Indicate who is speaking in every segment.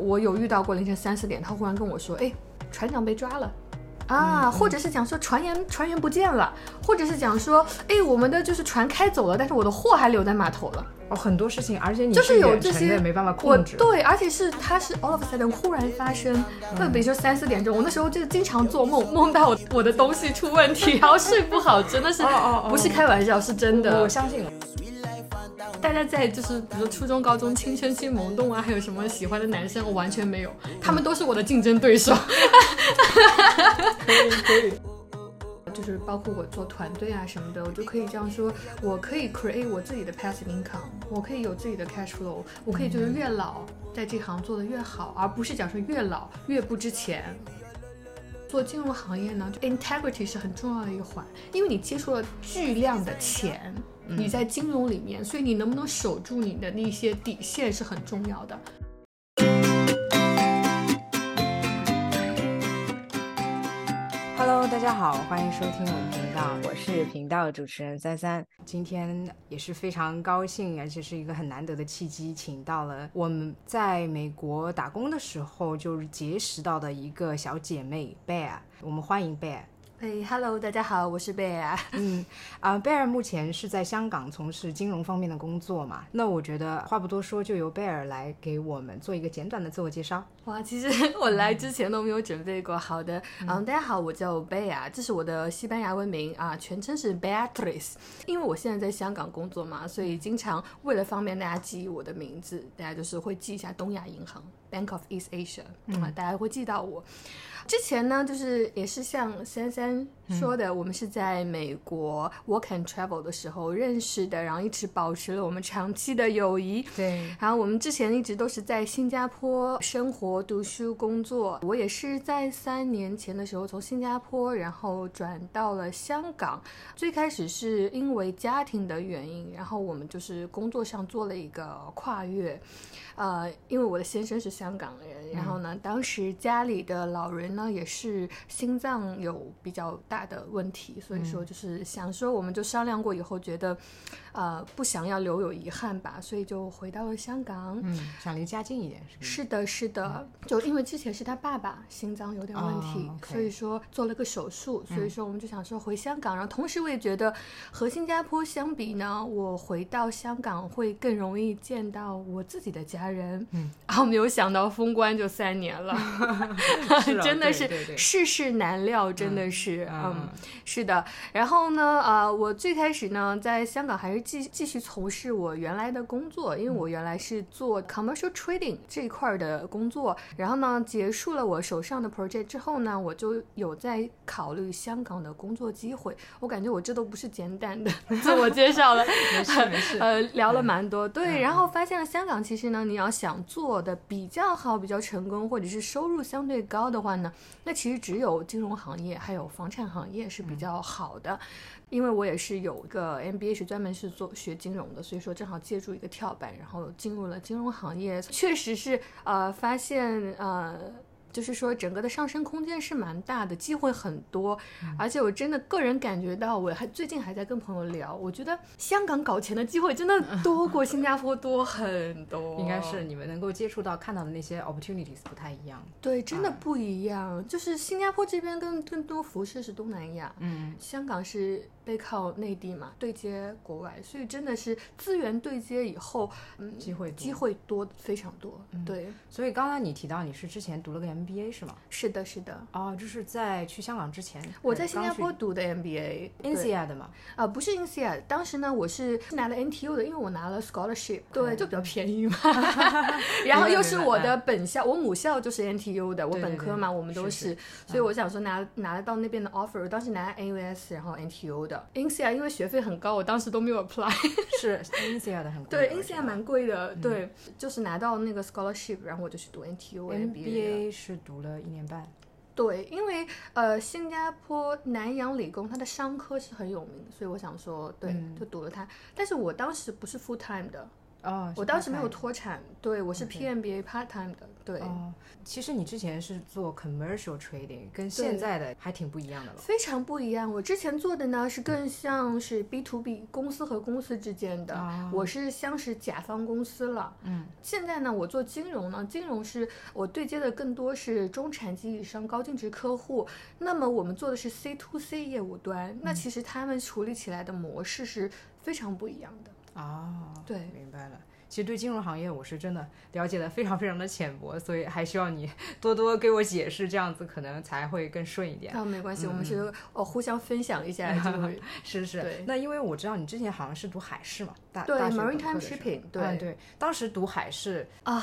Speaker 1: 我有遇到过凌晨三四点，他忽然跟我说，哎，船长被抓了。
Speaker 2: 嗯
Speaker 1: 啊，或者是讲说船员船员不见了，或者是讲说，哎，我们的就是船开走了，但是我的货还留在码头了。
Speaker 2: 哦，很多事情，而且你
Speaker 1: 就是有
Speaker 2: 远
Speaker 1: 这
Speaker 2: 程
Speaker 1: 些
Speaker 2: 的没办法
Speaker 1: 我
Speaker 2: 控制。
Speaker 1: 对，而且是它是 all of a sudden 忽然发生，
Speaker 2: 嗯
Speaker 1: 那比如说三四点钟，我那时候就经常做梦，梦到我我的东西出问题，然后睡不好，真的是
Speaker 2: 哦哦哦
Speaker 1: 不是开玩笑，是真
Speaker 2: 我
Speaker 1: 的。
Speaker 2: 相信了。
Speaker 1: 大家在就是比如说初中、高中青春期萌动啊，还有什么喜欢的男生，我完全没有，他
Speaker 2: 嗯
Speaker 1: 们都是我的竞争对手。
Speaker 2: 可以可以。
Speaker 1: 就是包括我做团队啊什么的，我就可以这样说，我可以 create 我自己的 passive income，我可以有自己的 cash flow，我可以就是越老在这行做得越好，而不是讲说越老越不值钱。做金融行业呢就，integrity 是很重要的一环，因为你接触了巨量的钱，你在金融里面，所以你能不能守住你的那些底线是很重要的。
Speaker 2: Hello，大家好，欢迎收听我们频道，我是频道主持人三三。今天也是非常高兴，而且是一个很难得的契机，请到了我们在美国打工的时候就是结识到的一个小姐妹 Bear。我们欢迎 Bear。
Speaker 1: 哎，Hello，大家好，我是贝尔。
Speaker 2: 嗯，啊、贝尔目前是在香港从事金融方面的工作嘛？那我觉得话不多说，就由贝尔来给我们做一个简短的自我介绍。
Speaker 1: 哇，其实我来之前都没有准备过。好的，嗯，大家好，我叫贝啊，这是我的西班牙文名啊，全称是 Beatrice。因为我现在在香港工作嘛，所以经常为了方便大家记忆我的名字，大家就是会记一下东亚银行 Bank of East Asia 啊，大家会记到我。之前呢，就是也是像珊珊说的，我们是在美国 work and travel 的时候认识的，然后一直保持了我们长期的友谊。
Speaker 2: 对，
Speaker 1: 然后我们之前一直都是在新加坡生活、读书、工作。我也是在三年前的时候从新加坡，然后转到了香港。最开始是因为家庭的原因，然后我们就是工作上做了一个跨越。呃，因为我的先生是香港人，然后呢，当时家里的老人呢也是心脏有比较大的问题，所以说就是想说，我们就商量过以后，觉得，呃，不想要留有遗憾吧，所以就回到了香港。
Speaker 2: 嗯，想离家近一点是不是？
Speaker 1: 是的，是的，就因为之前是他爸爸心脏有点问题，
Speaker 2: 哦，OK 嗯
Speaker 1: 所以说做了个手术，所以说我们就想说回香港。然后同时我也觉得和新加坡相比呢，我回到香港会更容易见到我自己的家人。
Speaker 2: 嗯，
Speaker 1: 啊，没有想到封关就三年了，
Speaker 2: 是啊
Speaker 1: 真的
Speaker 2: 对
Speaker 1: 是
Speaker 2: 对对
Speaker 1: 世事难料，真的是，
Speaker 2: 嗯
Speaker 1: 嗯，是的。然后呢，呃，我最开始呢在香港还是继继续从事我原来的工作，因为我原来是做 commercial trading 这一块儿的工作。然后呢，结束了我手上的 project 之后呢，我就有在考虑香港的工作机会。我感觉我这都不是简单的 自我介绍了，
Speaker 2: 没事没事。
Speaker 1: 呃，聊了蛮多，对，
Speaker 2: 嗯
Speaker 1: 然后发现了香港其实呢，你要想做的比较好、比较成功，或者是收入相对高的话呢，那其实只有金融行业还有房产行业是比
Speaker 2: 嗯
Speaker 1: 较好的，因为我也是有一个 MBA 是专门是做学金融的，所以说正好借助一个跳板，然后进入了金融行业，确实是呃发现呃。就是说，整个的上升空间是蛮大的，机会很多，
Speaker 2: 嗯
Speaker 1: 而且我真的个人感觉到，我还最近还在跟朋友聊，我觉得香港搞钱的机会真的 多过新加坡多很多，
Speaker 2: 应该是你们能够接触到、看到的那些 opportunities 不太一样。
Speaker 1: 对，真
Speaker 2: 嗯
Speaker 1: 的不一样。就是新加坡这边更更多辐射是东南亚，
Speaker 2: 嗯，
Speaker 1: 香港是背靠内地嘛，对接国外，所以真的是资源对接以后，嗯，
Speaker 2: 机会多
Speaker 1: 机会多非常多。
Speaker 2: 嗯
Speaker 1: 对，
Speaker 2: 所以刚才你提到你是之前读了个 MBA 是吗？
Speaker 1: 是的，是的。
Speaker 2: 哦，就是在去香港之前，
Speaker 1: 我
Speaker 2: 呃
Speaker 1: 在新加坡
Speaker 2: 刚
Speaker 1: 读的 MBA，
Speaker 2: 去 INSEA 的嘛，
Speaker 1: 啊、不是 INSEA，当时呢我是是拿了 NTU 的，因为我拿了 scholarship，对，就比较便宜嘛。 然后又是我的本校，我母校就是 NTU 的，我
Speaker 2: 对对
Speaker 1: 本科嘛，
Speaker 2: 对
Speaker 1: 我们都
Speaker 2: 是
Speaker 1: 是，嗯所以我想说拿拿得到那边的 offer，我当时拿 AUS，然后 NTU 的 INSEA，因为学费很高，我当时都没有 apply。 嗯
Speaker 2: 是 INSEA 的很 贵
Speaker 1: 对
Speaker 2: 的我觉得
Speaker 1: ，INSEA 蛮贵的，对，就是拿到那个 scholarship，然后我就去读 NTU MBA 了。
Speaker 2: MBA 是读了一年半，
Speaker 1: 对，因为呃，新加坡南洋理工它的嗯商科是很有名，所以我想说，对，就读了它。但是我当时不是 full time 的，
Speaker 2: 哦，
Speaker 1: 我
Speaker 2: 是
Speaker 1: 当时没有
Speaker 2: part-time
Speaker 1: 脱产，对我是
Speaker 2: OK
Speaker 1: PMBA part time 的，对，
Speaker 2: 哦，其实你之前是做 commercial trading，跟现在的还挺不一样的了。
Speaker 1: 非常不一样。我之前做的呢是更像是 B to B 公司和公司之间的，
Speaker 2: 哦
Speaker 1: 我是像是甲方公司了。
Speaker 2: 嗯，
Speaker 1: 现在呢，我做金融呢，金融是我对接的更多是中产及以上高净值客户。那么我们做的是 C to C 业务端，
Speaker 2: 嗯
Speaker 1: 那其实他们处理起来的模式是非常不一样的。
Speaker 2: 哦，
Speaker 1: 对
Speaker 2: 明白了。其实对金融行业我是真的了解的非常非常的浅薄，所以还需要你多多给我解释，这样子可能才会更顺 一点。
Speaker 1: 啊，没关系，我
Speaker 2: 嗯
Speaker 1: 们是哦互相分享一下这个
Speaker 2: 是是
Speaker 1: 对，
Speaker 2: 那因为我知道你之前好像是读海事嘛， 大
Speaker 1: 对
Speaker 2: 大学本
Speaker 1: maritime
Speaker 2: 科的时候
Speaker 1: shipping，对
Speaker 2: 嗯对，当时读海事
Speaker 1: 啊，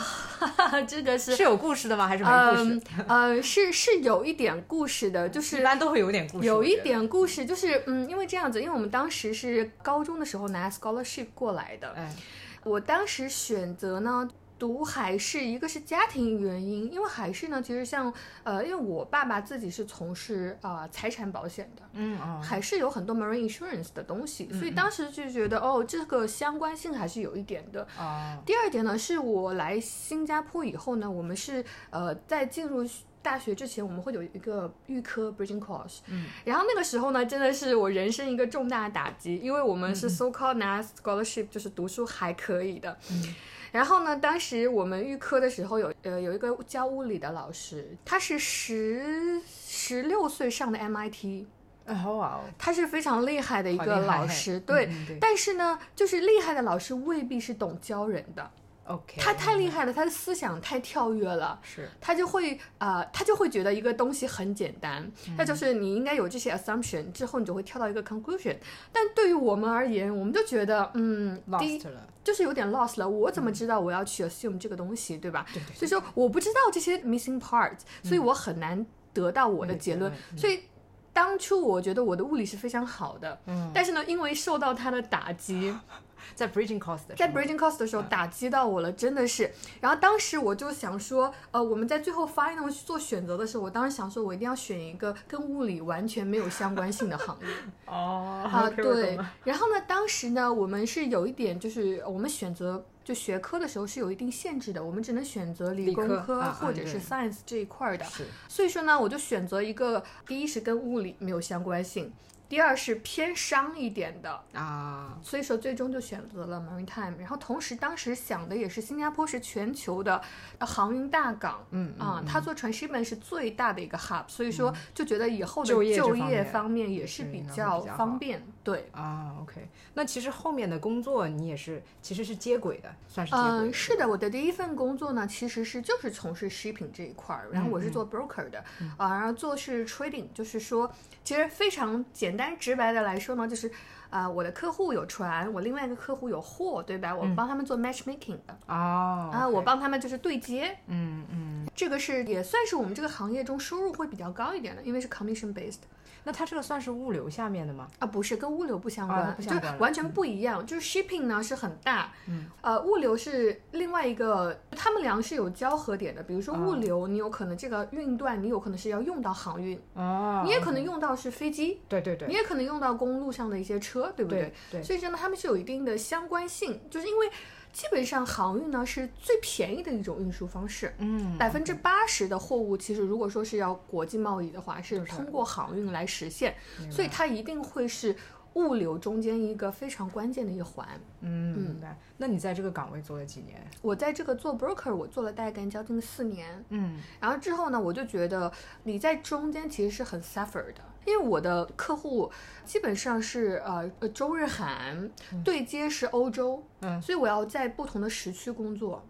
Speaker 1: 这个是
Speaker 2: 是有故事的吗？还是没故事
Speaker 1: 嗯？ 呃是是有一点故事的，就
Speaker 2: 一
Speaker 1: 是
Speaker 2: 般都会有点故事，
Speaker 1: 有
Speaker 2: 我觉
Speaker 1: 一
Speaker 2: 得。
Speaker 1: 点故事，就是嗯，因为这样子，因为我们当时是高中的时候拿 scholarship 过来的，
Speaker 2: 哎，
Speaker 1: 我当时选择呢。读海事，一个是家庭原因，因为海事呢，其实像呃，因为我爸爸自己是从事啊、呃财产保险的，
Speaker 2: 嗯哦，嗯
Speaker 1: 还是有很多 marine insurance 的东西，所以当时就觉得哦，这个相关性还是有一点的。
Speaker 2: 哦，
Speaker 1: 第二点呢，是我来新加坡以后呢，我们是呃在进入。大学之前，我们会有一个预科 bridging course，
Speaker 2: 嗯，
Speaker 1: 然后那个时候呢，真的是我人生一个重大打击，因为我们
Speaker 2: 嗯
Speaker 1: 是 so called 拿 scholarship，就是读书还可以的，
Speaker 2: 嗯
Speaker 1: 然后呢，当时我们预科的时候有呃有一个教物理的老师，他是十十六岁上的 MIT，
Speaker 2: 哎好哇哦，
Speaker 1: 他是非常厉害的嗯一
Speaker 2: 好
Speaker 1: 个
Speaker 2: 厉害
Speaker 1: 老
Speaker 2: 嘿
Speaker 1: 师，
Speaker 2: 嗯
Speaker 1: 对。
Speaker 2: 嗯对
Speaker 1: 但是呢，就是厉害的老师未必是懂教人的，
Speaker 2: ，OK，
Speaker 1: 他太厉害了，他的思想太跳跃了。
Speaker 2: 是
Speaker 1: 他就会啊、呃他就会觉得一个东西很简单，那
Speaker 2: 嗯
Speaker 1: 就是你应该有这些 assumption 之后，你就会跳到一个 conclusion。但对于我们而言，我们就觉得，嗯，第一
Speaker 2: lost 了，
Speaker 1: 就是有点 lost 了。我怎
Speaker 2: 嗯
Speaker 1: 么知道我要去 assume 这个东西，对吧？
Speaker 2: 对对
Speaker 1: 所以说我不知道这些 missing part，所以我很难得到我的
Speaker 2: 那个结
Speaker 1: 结论。
Speaker 2: 论嗯
Speaker 1: 所以当初我觉得我的物理是非常好的，
Speaker 2: 嗯
Speaker 1: 但是呢，因为受到他的打击，
Speaker 2: 在 bridging cost 的时
Speaker 1: 在
Speaker 2: 候
Speaker 1: bridging course 的时候
Speaker 2: 嗯
Speaker 1: 打击到我了，真的是。然后当时我就想说，呃，我们在最后 final 去做选择的时候，我当时想说我一定要选一个跟物理完全没有相关性的 行业。
Speaker 2: 哦
Speaker 1: 啊，
Speaker 2: ，OK，我懂
Speaker 1: 对
Speaker 2: 了。
Speaker 1: 然后呢，当时呢，我们是有一点，就是呃我们选择就学科的时候是有一定限制的，我们只能选择理
Speaker 2: 理
Speaker 1: 工
Speaker 2: 科
Speaker 1: 科
Speaker 2: 啊
Speaker 1: 或
Speaker 2: 啊
Speaker 1: 者是
Speaker 2: 对
Speaker 1: science 这一块儿的。
Speaker 2: 是
Speaker 1: 所以说呢，我就选择一个，第一是跟物理没有相关性，第二是偏商一点的。
Speaker 2: 啊，
Speaker 1: 所以说，最终就选择了 maritime。然后同时，当时想的也是，新加坡是全球的呃航运大港，
Speaker 2: 嗯
Speaker 1: 啊，它做 transshipment 是最大的一个 hub，所以说就觉得以后的
Speaker 2: 就业这
Speaker 1: 就
Speaker 2: 方
Speaker 1: 业
Speaker 2: 面
Speaker 1: 方面也是
Speaker 2: 是
Speaker 1: 比
Speaker 2: 应该会比
Speaker 1: 较
Speaker 2: 较
Speaker 1: 方
Speaker 2: 好
Speaker 1: 便，对。
Speaker 2: 啊，OK，那其实后面的工作你也是其实是接轨的，算是接轨的。
Speaker 1: 嗯，是的，我的第一份工作呢，其实是就是从事 shipping 这一块儿，然后
Speaker 2: 嗯
Speaker 1: 我是做 broker 的，啊，然后做是 trading，就是说，其实非常简单直白的来说呢，就是啊、我的客户有船，我另外一个客户有货，对吧？我
Speaker 2: 嗯
Speaker 1: 帮他们做 matchmaking 的，
Speaker 2: 哦
Speaker 1: 啊，我
Speaker 2: OK
Speaker 1: 帮他们就是对接，
Speaker 2: 嗯嗯，
Speaker 1: 这个是也算是我们这个行业中收入会比较高一点的，因为是 commission based
Speaker 2: 那它这个算是物流下面的吗？
Speaker 1: 啊，不是跟物流不相关，
Speaker 2: 啊不相关嗯
Speaker 1: 就完全不一样。就是 shipping 呢是很大，呃，物流是另外一个，他们俩是有交合点的。比如
Speaker 2: 啊
Speaker 1: 说物流，你有可能这个运段，你有可能是要用到航运，
Speaker 2: 哦，
Speaker 1: 你也可能用到是飞机，
Speaker 2: 对对对
Speaker 1: 你也可能用到公路上的一些车，对不
Speaker 2: 对对
Speaker 1: 所以说呢，他们是有一定的相关性，就是因为基本上航运呢是最便宜的一种运输方式。
Speaker 2: 嗯
Speaker 1: 百分之八十的货物，其实如果说是要国际贸易的话，是
Speaker 2: 就是
Speaker 1: 通过航运来实现，所以它一定会是物流中间一个非常关键的一环。
Speaker 2: 嗯，明白。那你在这个岗位做了几年？
Speaker 1: 我在这个做 broker，我做了大概将近四年，
Speaker 2: 嗯
Speaker 1: 然后之后呢，我就觉得你在中间其实是很 suffer 的，因为我的客户基本上是呃呃中日韩对接是欧洲，
Speaker 2: 嗯
Speaker 1: 所以我要在不同的时区工作，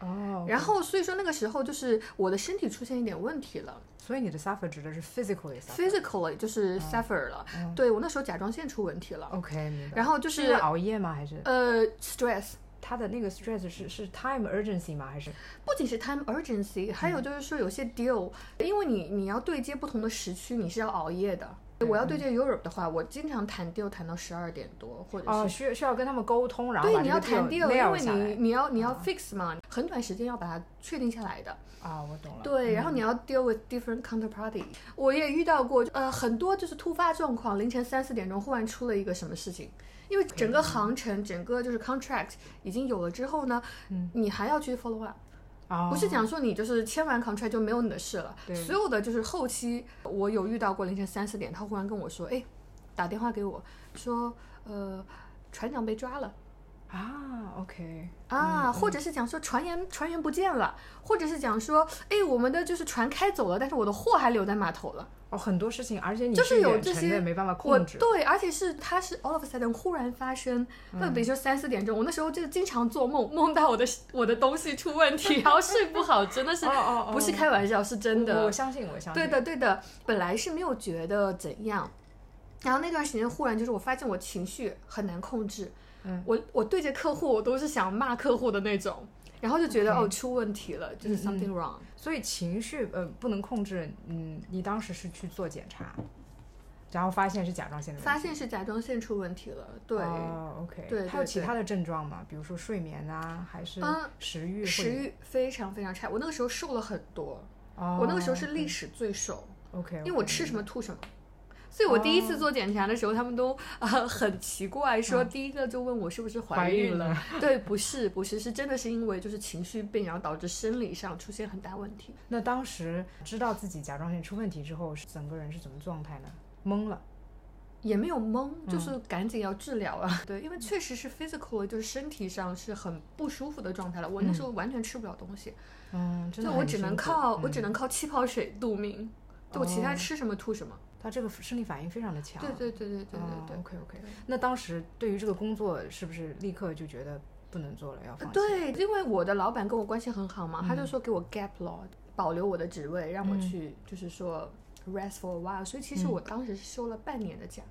Speaker 2: 哦，
Speaker 1: 然后所以说那个时候就是我的身体出现一点问题了。
Speaker 2: 所以你的 suffer 指的是 physical 的 suffer。
Speaker 1: physically 就是
Speaker 2: 嗯
Speaker 1: suffer 了，对我那时候甲状腺出问题了，
Speaker 2: 哦 OK，明白。
Speaker 1: 然后就是是
Speaker 2: 因为熬夜吗？还是啊
Speaker 1: 呃 stress，
Speaker 2: 他的那个 stress 是是 time urgency 吗？还是
Speaker 1: 不仅是 time
Speaker 2: 嗯
Speaker 1: urgency，还有就是说有些 deal，、因为你你要对接不同的时区，你是要熬夜的，
Speaker 2: 嗯
Speaker 1: 我要对接 Europe 的话，我经常谈 deal 谈到十二点多，或者是
Speaker 2: 哦，需要需要跟他们沟通，然后
Speaker 1: 对，
Speaker 2: 把
Speaker 1: 你
Speaker 2: 这
Speaker 1: 要
Speaker 2: 个
Speaker 1: 谈
Speaker 2: deal
Speaker 1: deal，因
Speaker 2: 撂
Speaker 1: 为
Speaker 2: 下来嗯
Speaker 1: 你你要你要 fix 嘛，很短时间要把它确定下来的。
Speaker 2: 啊，我懂了。
Speaker 1: 对，然后你要 deal with different counterparty。我也遇到过，呃，很多就是突发状况，凌晨三四点钟忽然出了一个什么事情，因为整
Speaker 2: 嗯
Speaker 1: 个航程、整个就是 contract 已经有了之后呢，你还要去 follow up。
Speaker 2: 嗯哦，
Speaker 1: 不是讲说你就是签完 contract 就没有你的事了
Speaker 2: 对，
Speaker 1: 所有的就是后期，我有遇到过凌晨三四点，他忽然跟我说，哎，打电话给我说，呃，船长被抓了。
Speaker 2: 啊，OK，嗯
Speaker 1: 啊，或者是讲说船员船员不见了，或者是讲说，哎，我们的就是船开走了，但是我的货还留在码头了。
Speaker 2: 哦，很多事情，而且你
Speaker 1: 就是有
Speaker 2: 远
Speaker 1: 这
Speaker 2: 程
Speaker 1: 些
Speaker 2: 的没办法
Speaker 1: 我
Speaker 2: 啊控制。
Speaker 1: 对，而且是它是 all of a sudden 忽然发生，那
Speaker 2: 嗯
Speaker 1: 比如说三四点钟，我那时候就经常做梦，梦到我的我的东西出问题，然后睡不好，真的是
Speaker 2: 哦哦哦
Speaker 1: 不是开玩笑，是真的。
Speaker 2: 我我相信，我相信。
Speaker 1: 对的，对的，本来是没有觉得怎样，然后那段时间忽然就是我发现我情绪很难控制，
Speaker 2: 嗯，
Speaker 1: 我我对着客户我都是想骂客户的那种，然后就觉得
Speaker 2: OK
Speaker 1: 哦出问题了，就是 something wrong。
Speaker 2: 所以情绪呃不能控制，嗯，你当时是去做检查，然后发现是甲状腺的问题。
Speaker 1: 发现是甲状腺出问题了，对，
Speaker 2: 哦，OK，
Speaker 1: 对
Speaker 2: 还有
Speaker 1: 对
Speaker 2: 其
Speaker 1: 对
Speaker 2: 他的症状吗？比如说睡眠啊，还是
Speaker 1: 嗯
Speaker 2: 食欲？
Speaker 1: 食。欲非常非常差。我那个时候瘦了很多，
Speaker 2: 哦，
Speaker 1: 我那个时候是历史最瘦，
Speaker 2: OK，
Speaker 1: 因为我吃什么吐什么。所以我第一次做检查的时候，他们都呃很奇怪，说第一个就问我是不是
Speaker 2: 怀
Speaker 1: 怀
Speaker 2: 孕
Speaker 1: 孕了，对，不是不是，是真的是因为就是情绪病，然后导致生理上出现很大问题。
Speaker 2: 那当时知道自己甲状腺出问题之后，是整个人是怎么状态呢？懵了。
Speaker 1: 也没有懵，
Speaker 2: 嗯
Speaker 1: 就是赶紧要治疗 啊。对，因为确实是 physical，就是身体上是很不舒服的状态了。我那时候完全吃不了东西，
Speaker 2: 嗯，真
Speaker 1: 就
Speaker 2: 的
Speaker 1: 我
Speaker 2: 很
Speaker 1: 只
Speaker 2: 辛
Speaker 1: 能
Speaker 2: 苦
Speaker 1: 靠、
Speaker 2: 嗯哦
Speaker 1: 我只能靠气泡水度命，对我其他吃什么吐什么。
Speaker 2: 他这个生理反应非常的强。
Speaker 1: 对对对对对对呃对。
Speaker 2: 哦 OK OK，那当时对于这个工作是不是立刻就觉得不能做了，要放弃？
Speaker 1: 对，因为我的老板跟我关系很好嘛，他
Speaker 2: 嗯
Speaker 1: 就说给我 gap law，保留我的职位，让我去、就是说 rest for a while。所以其
Speaker 2: 嗯
Speaker 1: 实我当时是休了半年的假。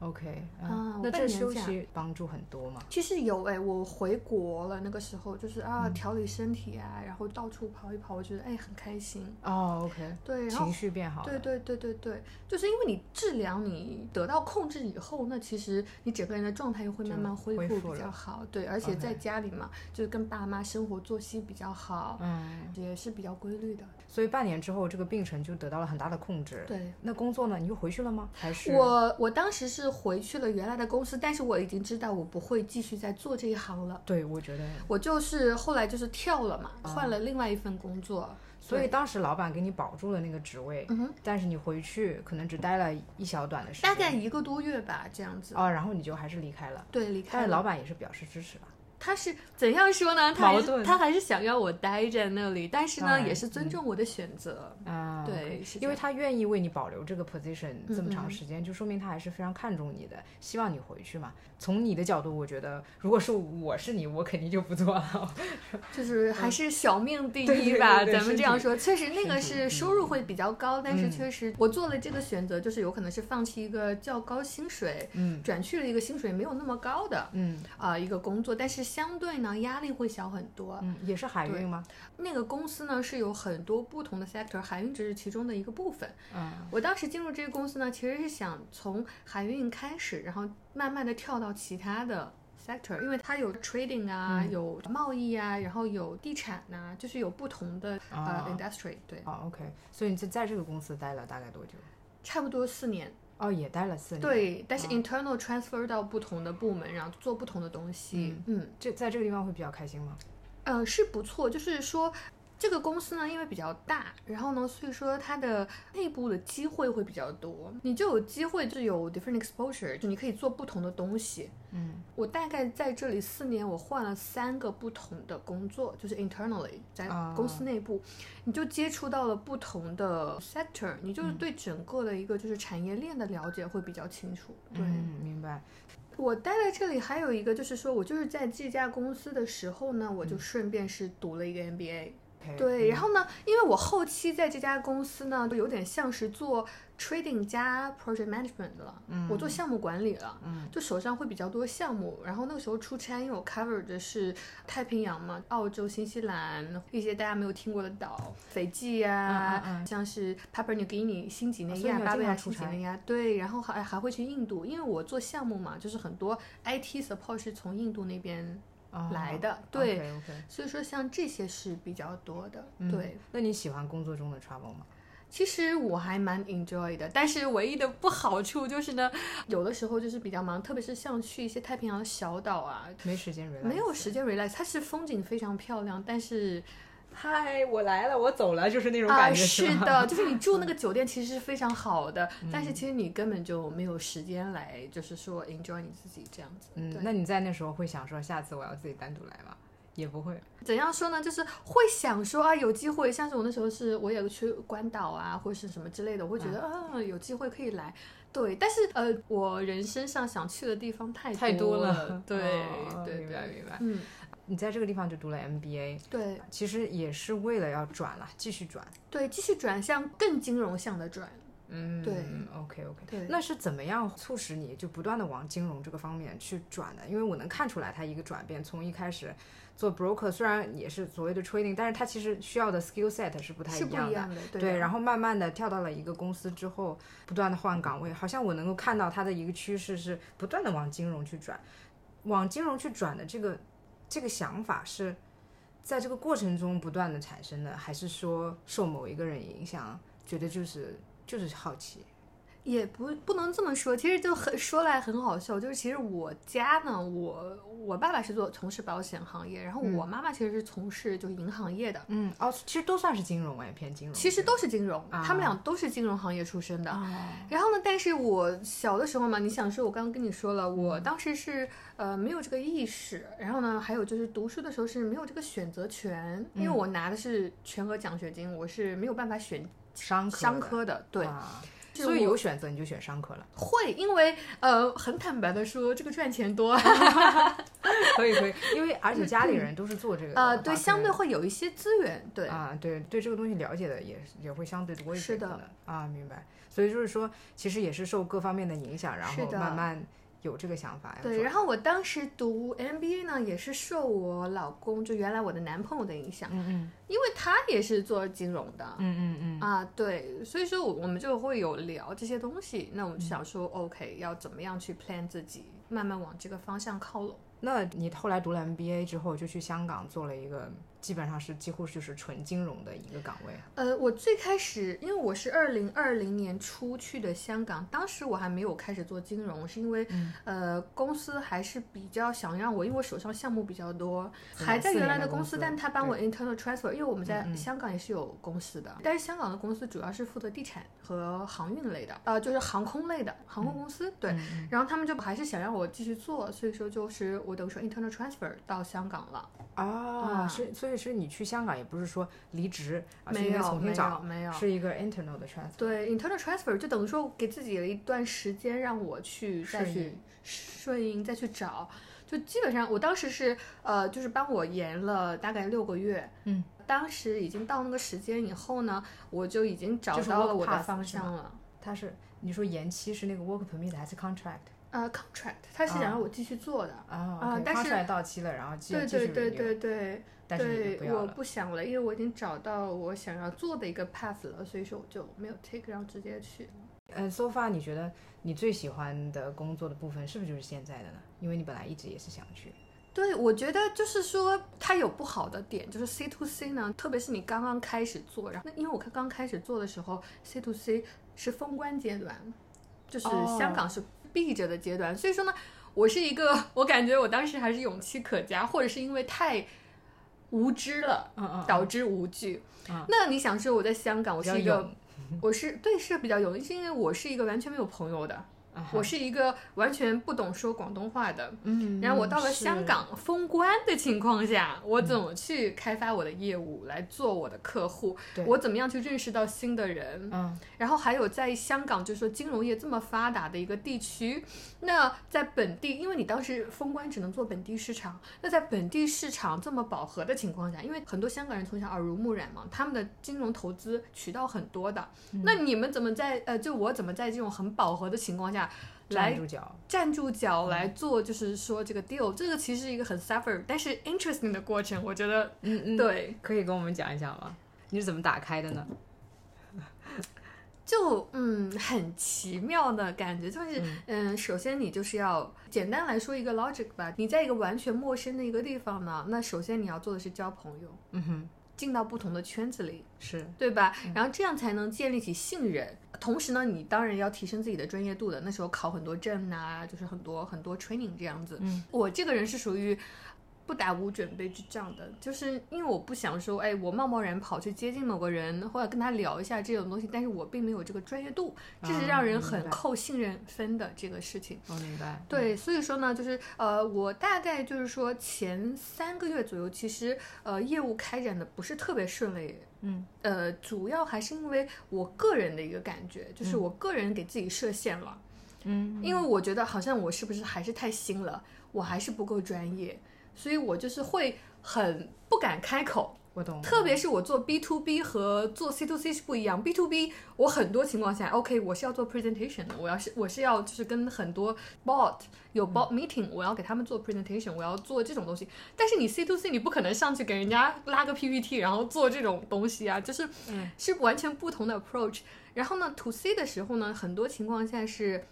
Speaker 2: ，OK，
Speaker 1: 啊
Speaker 2: 嗯，
Speaker 1: 我
Speaker 2: 那这
Speaker 1: 半年
Speaker 2: 休
Speaker 1: 假
Speaker 2: 息帮助很多嘛？
Speaker 1: 其实有哎，我回国了，那个时候就是啊，
Speaker 2: 嗯
Speaker 1: 调理身体啊，然后到处跑一跑，我觉得哎很开心。
Speaker 2: 哦，OK，
Speaker 1: 对，然后
Speaker 2: 情绪变好
Speaker 1: 对
Speaker 2: 了，
Speaker 1: 对对对对，就是因为你治疗你得到控制以后，那其实你整个人的状态又会慢慢恢
Speaker 2: 恢复
Speaker 1: 复比
Speaker 2: 了
Speaker 1: 较好。对，而且在家里嘛，就是跟爸妈生活作息比较好，
Speaker 2: 嗯，
Speaker 1: 也是比较规律的。
Speaker 2: 所以半年之后这个病程就得到了很大的控制。
Speaker 1: 对，
Speaker 2: 那工作呢？你又回去了吗？还是
Speaker 1: 我我当时是回去了原来的公司，但是我已经知道我不会继续再做这一行了。
Speaker 2: 对，我觉得，
Speaker 1: 我就是后来就是跳了嘛，换了另外一份工作，
Speaker 2: 所以当时老板给你保住了那个职位，
Speaker 1: 嗯哼
Speaker 2: 但是你回去可能只待了一小短的时间，
Speaker 1: 大概一个多月吧，这样子。
Speaker 2: 哦，然后你就还是离开了。
Speaker 1: 对，离
Speaker 2: 但
Speaker 1: 开
Speaker 2: 是
Speaker 1: 了。
Speaker 2: 老板也是表示支持吧？
Speaker 1: 他是怎样说呢？他还
Speaker 2: 矛盾
Speaker 1: 是他还是想要我待在那里，但是
Speaker 2: 当
Speaker 1: 呢，
Speaker 2: 然嗯
Speaker 1: 也是尊重我的选 择。
Speaker 2: 啊，
Speaker 1: 对
Speaker 2: OK
Speaker 1: 是这
Speaker 2: 因为
Speaker 1: 样
Speaker 2: 他愿意为你保留这个 position
Speaker 1: 嗯
Speaker 2: 这么长时间，就说明他还是非常看重你的，希望你回去嘛。从你的角度，我觉得如果是我是你，我肯定就不做了。
Speaker 1: 就是还是小命第
Speaker 2: 嗯对对
Speaker 1: 一吧，
Speaker 2: 对对
Speaker 1: 咱们这样说，确实那个
Speaker 2: 身体
Speaker 1: 是
Speaker 2: 嗯
Speaker 1: 收入会比较高，但是确实我做了这个选择，就是有可能是放弃一个较高薪水，
Speaker 2: 嗯
Speaker 1: 转去了一个薪水没有那么高的
Speaker 2: 嗯
Speaker 1: 啊、一个工作，但是相对呢压力会小很多。
Speaker 2: 嗯，也是海
Speaker 1: 对
Speaker 2: 运吗？
Speaker 1: 那个公司呢是有很多不同的 sector，海运只是其中的一个部分。
Speaker 2: 嗯
Speaker 1: 我当时进入这个公司呢，其实是想从海运开始，然后慢慢的跳到其他的 sector，因为它有 trading 啊，
Speaker 2: 嗯
Speaker 1: 有贸易啊，然后有地产呐、就是有不同的、
Speaker 2: 啊
Speaker 1: 呃 industry，对，
Speaker 2: 哦，OK，所以你在在这个公司待了大概多久？
Speaker 1: 差不多四年，
Speaker 2: 哦，也待了四年。，嗯
Speaker 1: 对，但是 internal transfer 到不同的部门，然后做不同的东西，嗯，
Speaker 2: 这在这个地方会比较开心吗？
Speaker 1: 呃，是不错，就是说。这个公司呢，因为比较大，然后呢，所以说它的内部的机会会比较多，你就有机会就有 different exposure，就你可以做不同的东西。
Speaker 2: 嗯，
Speaker 1: 我大概在这里四年，我换了三个不同的工作，就是 internally 在
Speaker 2: 啊
Speaker 1: 公司内部，你就接触到了不同的 sector，你
Speaker 2: 嗯
Speaker 1: 就是对整个的一个就是产业链的了解会比较清楚。对、
Speaker 2: 嗯，明白。
Speaker 1: 我待在这里还有一个就是说我就是在这家公司的时候呢，我就顺便是读了一个 MBA。
Speaker 2: OK，
Speaker 1: 对，然
Speaker 2: 嗯
Speaker 1: 后呢，因为我后期在这家公司呢，就有点像是做 trading 加 project management 的了，我做项目管理了，
Speaker 2: 嗯
Speaker 1: 就手上会比较多项目。然后那个时候出差，因为我 cover 的是太平洋嘛，澳洲、新西兰一些大家没有听过的岛，斐济啊，
Speaker 2: 嗯嗯嗯哦
Speaker 1: 像是 Papua New Guinea 新几内
Speaker 2: 所以
Speaker 1: 亚、
Speaker 2: 你有
Speaker 1: 巴布
Speaker 2: 经
Speaker 1: 亚
Speaker 2: 常
Speaker 1: 新
Speaker 2: 出
Speaker 1: 几
Speaker 2: 差
Speaker 1: 内亚，对，然后还还会去印度，因为我做项目嘛，就是很多 IT support 是从印度那边
Speaker 2: 哦
Speaker 1: 来的，对。
Speaker 2: ，OK，
Speaker 1: 所以说，像这些是比较多的，对。，
Speaker 2: 嗯那你喜欢工作中的 travel 吗？
Speaker 1: 其实我还蛮 enjoy 的，但是唯一的不好处就是呢，有的时候就是比较忙，特别是像去一些太平洋的小岛啊，
Speaker 2: 没时间 relax，
Speaker 1: 没有时间 relax。它是风景非常漂亮，但是
Speaker 2: 嗨，我来了，我走了，就是嗯那种
Speaker 1: 啊、
Speaker 2: 感觉，
Speaker 1: 是
Speaker 2: 吧
Speaker 1: 的，就是你住那个酒店其实是非常好的，但是其实你根本就没有时间来，就是说 enjoy 你自己这样子。
Speaker 2: 嗯
Speaker 1: 对，
Speaker 2: 那你在那时候会想说，下次我要自己单独来吗？也不会，
Speaker 1: 怎样说呢？就是会想说啊，有机会，像是我那时候是我也去关岛啊，或者是什么之类的，我会觉得
Speaker 2: 嗯
Speaker 1: 啊，有机会可以来。对，但是呃，我人生上想去的地方太
Speaker 2: 太
Speaker 1: 多
Speaker 2: 了。
Speaker 1: 对、
Speaker 2: 哦
Speaker 1: 对
Speaker 2: 明白
Speaker 1: 对，
Speaker 2: 明白。
Speaker 1: 嗯，
Speaker 2: 你在这个地方就读了 MBA，
Speaker 1: 对
Speaker 2: 其实也是为了要转了，继续转。
Speaker 1: 对，继续转向更金融向的转。
Speaker 2: 嗯，
Speaker 1: 对
Speaker 2: ，OK OK。
Speaker 1: 对
Speaker 2: 那是怎么样促使你就不断的往金融这个方面去转的？因为我能看出来它一个转变，从一开始做 broker，虽然也是所谓的 trading，但是它其实需要的 skill set 是不太
Speaker 1: 是不一
Speaker 2: 样的。
Speaker 1: 样的，
Speaker 2: 对，啊然
Speaker 1: 后
Speaker 2: 后慢慢的跳到了一个公司之后，不断的换岗位，好像我能够看到它的一个趋势是不断的往金融去转，往金融去转的这个这个想法是在这个过程中不断的产生的，还是说受某一个人影响，觉得就是就是好奇，
Speaker 1: 也不不能这么说，其实就很说来很好笑，就是其实我家呢，我我爸爸是做从事保险行业，然后我妈妈其实是从事就银行业的，
Speaker 2: 嗯，哦，其实都算是金融哎，偏金融，
Speaker 1: 其实都是金融，
Speaker 2: 啊哦
Speaker 1: 他们俩都是金融行业出身的。然后呢，但是我小的时候嘛，你想说，我刚刚跟你说了，我
Speaker 2: 嗯
Speaker 1: 当时是呃没有这个意识，然后呢，还有就是读书的时候是没有这个选择权，因
Speaker 2: 嗯
Speaker 1: 为我拿的是全额奖学金，我是没有办法选
Speaker 2: 商科
Speaker 1: 商
Speaker 2: 的
Speaker 1: 科的，对。
Speaker 2: 啊
Speaker 1: 是
Speaker 2: 所以
Speaker 1: 我
Speaker 2: 有选择你就选商科了，
Speaker 1: 会，因为呃，很坦白的说，这个赚钱多，
Speaker 2: 可以可以，因为而且家里人都是做这个的
Speaker 1: 呃，
Speaker 2: 话
Speaker 1: 对，
Speaker 2: 可
Speaker 1: 相对
Speaker 2: 能
Speaker 1: 会有一些资源，对，
Speaker 2: 啊，对对，这个东西了解的也是也会相对多一些，
Speaker 1: 是的
Speaker 2: 可能啊，明白。所以就是说，其实也是受各方面的影响，然
Speaker 1: 是
Speaker 2: 后
Speaker 1: 的
Speaker 2: 慢慢有这个想法要
Speaker 1: 对，
Speaker 2: 做
Speaker 1: 然后我当时读 MBA 呢，也是受我老公，就原来我的男朋友的影响，
Speaker 2: 嗯
Speaker 1: 因为他也是做金融的。
Speaker 2: 嗯嗯嗯嗯，
Speaker 1: 啊，对，所以说我我们就会有聊这些东西，那我们就想说、o k 要怎么样去 plan 自己，慢慢往这个方向靠拢。
Speaker 2: 那你后来读了 MBA 之后，就去香港做了一个基本上是几乎就是纯金融的一个岗位，啊
Speaker 1: 呃，我最开始，因为我是二零二零年初去的香港，当时我还没有开始做金融，是因为、
Speaker 2: 嗯
Speaker 1: 呃公司还是比较想让我，因为我手上项目比较多，
Speaker 2: 是
Speaker 1: 还
Speaker 2: 吧
Speaker 1: 在
Speaker 2: 四
Speaker 1: 原
Speaker 2: 年
Speaker 1: 来
Speaker 2: 的
Speaker 1: 的
Speaker 2: 公
Speaker 1: 公司，
Speaker 2: 司
Speaker 1: 但他帮我
Speaker 2: 对
Speaker 1: internal transfer，因为我们在
Speaker 2: 嗯嗯
Speaker 1: 香港也是有公司的，但是香港的公司主要是负责地产和航运类的，呃，就是航空类的航空公司，对。
Speaker 2: 嗯
Speaker 1: 然后他们就还是想让我继续做，所以说就是我等于说 internal transfer 到香港了，
Speaker 2: 啊，
Speaker 1: 啊
Speaker 2: 是所以是你去香港也不是说离职，而啊是
Speaker 1: 没
Speaker 2: 应该
Speaker 1: 有
Speaker 2: 重
Speaker 1: 没
Speaker 2: 新
Speaker 1: 有
Speaker 2: 找，
Speaker 1: 没有，
Speaker 2: 是一个 internal 的 transfer，
Speaker 1: 对 internal transfer 就等于说给自己了一段时间，让我去再
Speaker 2: 顺
Speaker 1: 去
Speaker 2: 应
Speaker 1: 顺应，再去找。就基本上我当时是呃，就是帮我延了大概六个月。
Speaker 2: 嗯，
Speaker 1: 当时已经到那个时间以后呢，我就已经找
Speaker 2: 就是
Speaker 1: 到
Speaker 2: work
Speaker 1: 了我的
Speaker 2: pass，
Speaker 1: 方
Speaker 2: 是吧
Speaker 1: 向了。
Speaker 2: 它是你说延期是那个 work permit 还是 contract？
Speaker 1: 呃，contract，他是想
Speaker 2: 啊
Speaker 1: 让我继续做的。
Speaker 2: 啊
Speaker 1: 啊
Speaker 2: OK，
Speaker 1: 但是
Speaker 2: contract 到期了，然后继
Speaker 1: 对
Speaker 2: 继续
Speaker 1: 对对
Speaker 2: renew
Speaker 1: 对对
Speaker 2: 但是你就不
Speaker 1: 对，
Speaker 2: 要
Speaker 1: 我
Speaker 2: 了。
Speaker 1: 不想了，因为我已经找到我想要做的一个 path 了，所以说我就没有 take，然后直接去。
Speaker 2: 呃，so far，你觉得你最喜欢的工作的部分是不是就是现在的呢？因为你本来一直也是想去，
Speaker 1: 对，我觉得就是说它有不好的点，就是 C to C 呢，特别是你刚刚开始做，然后那因为我刚刚开始做的时候，C to C 是封关阶段，就是
Speaker 2: 哦
Speaker 1: 香港是闭着的阶段，所以说呢，我是一个，我感觉我当时还是勇气可嘉，或者是因为太无知了，
Speaker 2: 嗯嗯
Speaker 1: 导致无惧。
Speaker 2: 嗯
Speaker 1: 那你呃想说我在香港，我
Speaker 2: 比较
Speaker 1: 是一个
Speaker 2: 勇，啊
Speaker 1: 我是对是比较勇，是因为我是一个完全没有朋友的，我是一个完全不懂说广东话的，
Speaker 2: 嗯
Speaker 1: 然后我到了
Speaker 2: 是嗯
Speaker 1: 香港封关的情况下，我怎么去开发我的业务来做我的客户
Speaker 2: 对？
Speaker 1: 我怎么样去认识到新的人？
Speaker 2: 嗯，
Speaker 1: 然后还有在香港，就是说金融业这么发达的一个地区，那在本地，因为你当时封关只能做本地市场，那在本地市场这么饱和的情况下，因为很多香港人从小耳濡目染嘛，他们的金融投资渠道很多的，
Speaker 2: 嗯
Speaker 1: 那你们怎么在呃，就我怎么在这种很饱和的情况下
Speaker 2: 站
Speaker 1: 来
Speaker 2: 住脚，
Speaker 1: 站住脚来
Speaker 2: 嗯
Speaker 1: 做，就是说这个 deal，这个其实是一个很 suffer，但是 interesting 的过程，我觉得
Speaker 2: 嗯嗯，
Speaker 1: 对，
Speaker 2: 可以跟我们讲一讲吗？你是怎么打开的呢？
Speaker 1: 就嗯很奇妙的感觉，就是嗯、首先你就是要简单来说一个 logic 吧，你在一个完全陌生的一个地方呢，那首先你要做的是交朋友，
Speaker 2: 嗯哼，
Speaker 1: 进到不同的圈子里，
Speaker 2: 是，
Speaker 1: 对吧？
Speaker 2: 嗯
Speaker 1: 然后这样才能建立起信任。同时呢，你当然要提升自己的专业度的。那时候考很多证啊，就是很多很多 training 这样子。
Speaker 2: 嗯，
Speaker 1: 我这个人是属于不打无准备之仗的，就是因为我不想说，哎，我贸贸然跑去接近某个人，或者跟他聊一下这种东西，但是我并没有这个专业度，这是让人
Speaker 2: 啊明
Speaker 1: 很
Speaker 2: 白
Speaker 1: 扣信任分的这个事情。
Speaker 2: 我明白。
Speaker 1: 对，所以说呢，就是呃，我大概就是说前三个月左右，其实呃业务开展的不是特别顺利。
Speaker 2: 嗯，
Speaker 1: 呃，主要还是因为我个人的一个感觉，就是我个人给自己设限了，
Speaker 2: 嗯，
Speaker 1: 因为我觉得好像我是不是还是太新了，我还是不够专业，所以我就是会很不敢开口。
Speaker 2: 我懂。
Speaker 1: 特别是我做 B to B 和做 C to C 是不一样，B to B 我很多情况下，OK，我是要做 presentation 的，我要是我是要就是跟很多 board 有
Speaker 2: 嗯
Speaker 1: board meeting，我要给他们做 presentation，我要做这种东西。但是你 C to C 你不可能上去给人家拉个 PPT，然后做这种东西啊，就是、
Speaker 2: 嗯
Speaker 1: 是完全不同的 approach。然后呢，to C 的时候呢，很多情况下是，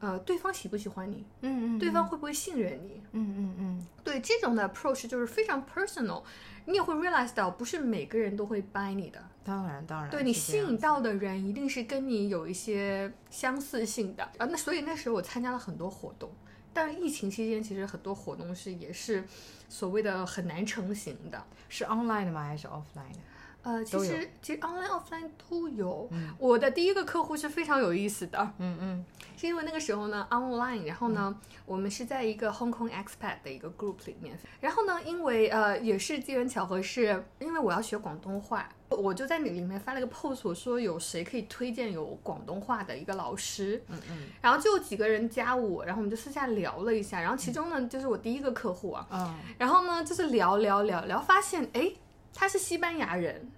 Speaker 1: 呃，对方喜不喜欢你，
Speaker 2: 嗯嗯，
Speaker 1: 对方会不会信任你，
Speaker 2: 嗯嗯嗯，
Speaker 1: 对这种的 approach 就是非常 personal，你也会 realize 到不是每个人都会 buy 你的，
Speaker 2: 当然当然。
Speaker 1: 对你
Speaker 2: 是这
Speaker 1: 吸
Speaker 2: 样
Speaker 1: 引到的人一定是跟你有一些相似性的啊。那所以那时候我参加了很多活动，但是疫情期间其实很多活动是也是所谓的很难成型的。
Speaker 2: 是 online 的吗？还是 offline 的？
Speaker 1: 呃，其
Speaker 2: 都有
Speaker 1: 实其实 online offline 都有。我的第一个客户是非常有意思的，
Speaker 2: 嗯嗯
Speaker 1: 是因为那个时候呢 online，然后呢，我们是在一个 Hong Kong expat 的一个 group 里面，然后呢，因为呃也是机缘巧合是，因为我要学广东话，我就在那里面发了个 post，我说有谁可以推荐有广东话的一个老师，
Speaker 2: 嗯嗯
Speaker 1: 然后就有几个人加我，然后我们就私下聊了一下，然后
Speaker 2: 嗯
Speaker 1: 其中呢就是我第一个客户啊，
Speaker 2: 哦
Speaker 1: 然后呢就是聊聊聊聊，发现哎他是西班牙人，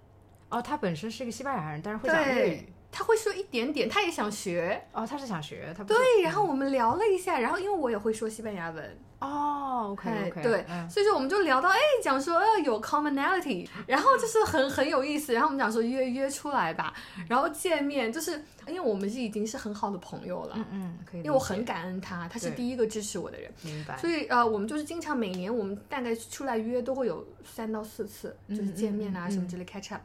Speaker 2: 哦，他本身是一个西班牙人，但是会讲粤
Speaker 1: 对
Speaker 2: 语。，
Speaker 1: 他会说一点点，他也想学。嗯
Speaker 2: 哦，他是想学，他不是
Speaker 1: 对，然后我们聊了一下，然后因为我也会说西班牙文，
Speaker 2: 哦
Speaker 1: 哎
Speaker 2: ，OK OK，
Speaker 1: 对，所以说我们就聊到，哎，讲说，呃，有 commonality，然后就是很很有意思，然后我们讲说约约出来吧，然后见面，就是因为我们是已经是很好的朋友了，
Speaker 2: 嗯嗯，可以理解。
Speaker 1: 因为我很感恩他，他是
Speaker 2: 对
Speaker 1: 第一个支持我的人，
Speaker 2: 明白，
Speaker 1: 所以呃，我们就是经常每年我们大概出来约都会有三到四次，就是见面啊
Speaker 2: 嗯嗯嗯
Speaker 1: 什么之类 catch up。